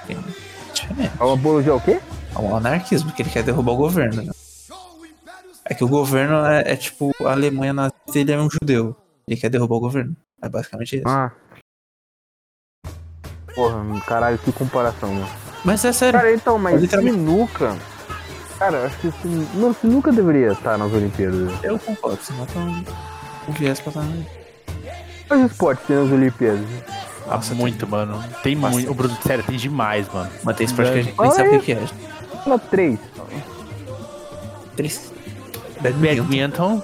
C: Realmente,
B: É uma apologia ao quê?
C: É um anarquismo, que ele quer derrubar o governo. né? É que o governo é, é tipo a Alemanha nazista, ele é um judeu. Ele quer derrubar o governo. É basicamente isso.
B: Ah. Porra, caralho, que comparação, mano.
C: Mas é sério.
B: Cara, então, mas
C: Literalmente.
B: sinuca. Cara, eu acho que isso. Não, sinuca deveria estar nas Olimpíadas.
C: Eu concordo, senão tá um, um viés pra tá.
B: Quais esportes tem nas Olimpíadas?
C: Ah, Nossa,
A: muito, mano. Tem
C: Nossa.
A: muito. Ô, Bruno, sério, tem demais, mano.
C: Mas tem esporte que a gente nem
B: Olha
C: sabe o
B: aí.
C: que que é.
B: Fala três.
C: Triste.
A: Badminton,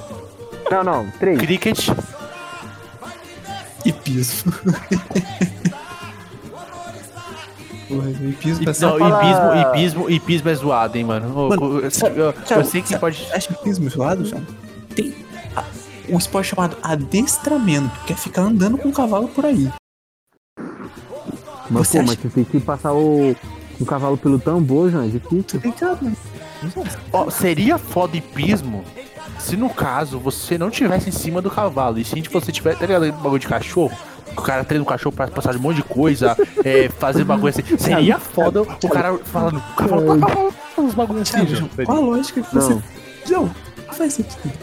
B: Não, não, três.
A: cricket,
C: E piso. Porra, e é piso
A: não,
C: pra ser.
B: falar-
A: ibismo, ibismo, ibismo é zoado, hein, mano. Ô,
C: Mano,
A: eu, eu-
C: sabe-
A: eu-
C: sabe-
A: eu sei que
C: sabe-
A: pode...
C: Acha pismo zoado, João? Tem a- um esporte chamado adestramento, que é ficar andando com o cavalo por aí.
B: Mas,
C: Você
B: pô,
C: acha-
B: mas você tem que passar o, o cavalo pelo tambor, João, é difícil.
C: Obrigado, mano.
A: Ó, seria foda hipismo se no caso você não tivesse em cima do cavalo. E se tipo, você tiver, tá ligado? Bagulho de cachorro. que O cara treina o cachorro pra passar de um monte de coisa, é, fazer bagulho assim. Seria foda o cara falando. O cavalo, cavalo, uns bagulhos assim,
C: Sabe, João,
A: João.
C: qual a lógica que você.
B: Não.
C: João, não faz sentido.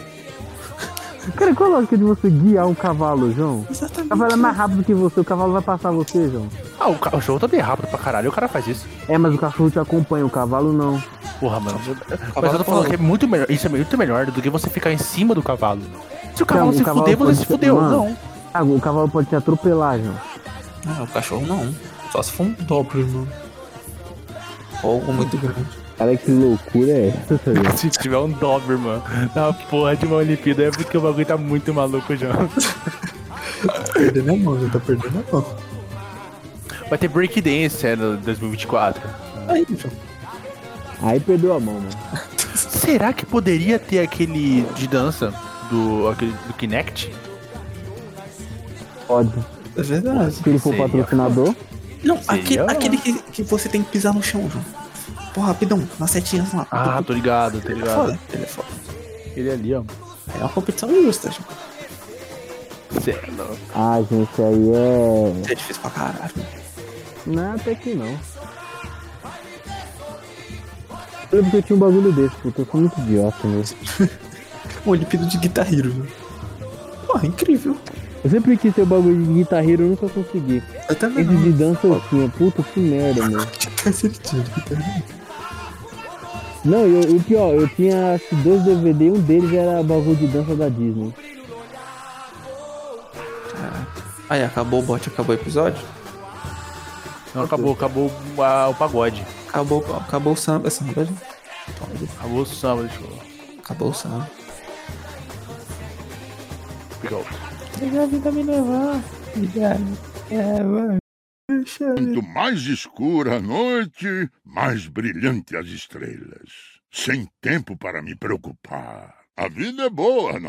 B: Cara, qual a lógica de você guiar um cavalo, João? O
C: Exatamente.
B: cavalo é mais rápido que você, o cavalo vai passar você, João.
A: Ah, o cachorro também é rápido pra caralho, o cara faz isso.
B: É, mas o cachorro te acompanha, o cavalo não.
A: Porra, mano. Mas eu tô falando que é muito melhor. Isso é muito melhor do que você ficar em cima do cavalo. Se o cavalo
B: Não, o
A: se
B: cavalo
A: fuder, você
B: pode
A: se
B: ser-
A: fudeu.
B: mano.
A: Não.
B: Ah, o cavalo pode te atropelar, João.
C: Ah, o cachorro não. Só se for um Doppler, mano. Ou algo muito grande.
B: Cara, que loucura é essa, João?
A: Se tiver um Dober, mano, na porra de uma Olimpíada, é porque o bagulho tá muito maluco já.
C: Perdendo a mão, já tá perdendo a mão.
A: Vai ter breakdance é, no 2024.
C: Aí, João.
B: Aí perdeu a mão, mano.
A: Será que poderia ter aquele de dança do, aquele, do Kinect?
B: Pode.
C: É verdade.
B: Se ele for
A: Seria
B: patrocinador,
C: Não,
A: Seria
C: aquele,
A: bom.
C: aquele que, que você tem que pisar no chão, João. Pô, rapidão, nas setinhas lá.
A: Ah, tô ligado, tô
C: ele é
A: ligado.
C: foda. Ele é foda.
A: Ele ali, ó.
C: É uma competição justa, João.
A: Certo.
B: ah, gente, aí é.
C: É difícil pra caralho.
B: Não, até que não. Eu lembro que eu tinha um bagulho desse, puta, eu sou muito idiota mesmo.
C: O Olimpíada de Guitar Hero, viu? Porra, incrível.
B: Eu sempre quis ter o bagulho de guitarreiro, eu nunca consegui.
C: Eu também
B: Esse
C: não.
B: de dança eu tinha, puta que merda, mano.
C: Tá certinho.
B: Não, eu, e o pior, eu tinha acho que dois DVD, um deles era bagulho de dança da Disney.
C: Aí, acabou o bot, acabou o episódio?
A: Não, Então acabou, acabou ah, o pagode.
C: Acabou, acabou o samba. É samba, João?
A: Acabou o samba, deixa eu
C: Acabou o samba.
A: pegar o-
C: Deixa a vida me levar.
D: Quanto mais escura a noite, mais brilhante as estrelas. Sem tempo para me preocupar. A vida é boa, não?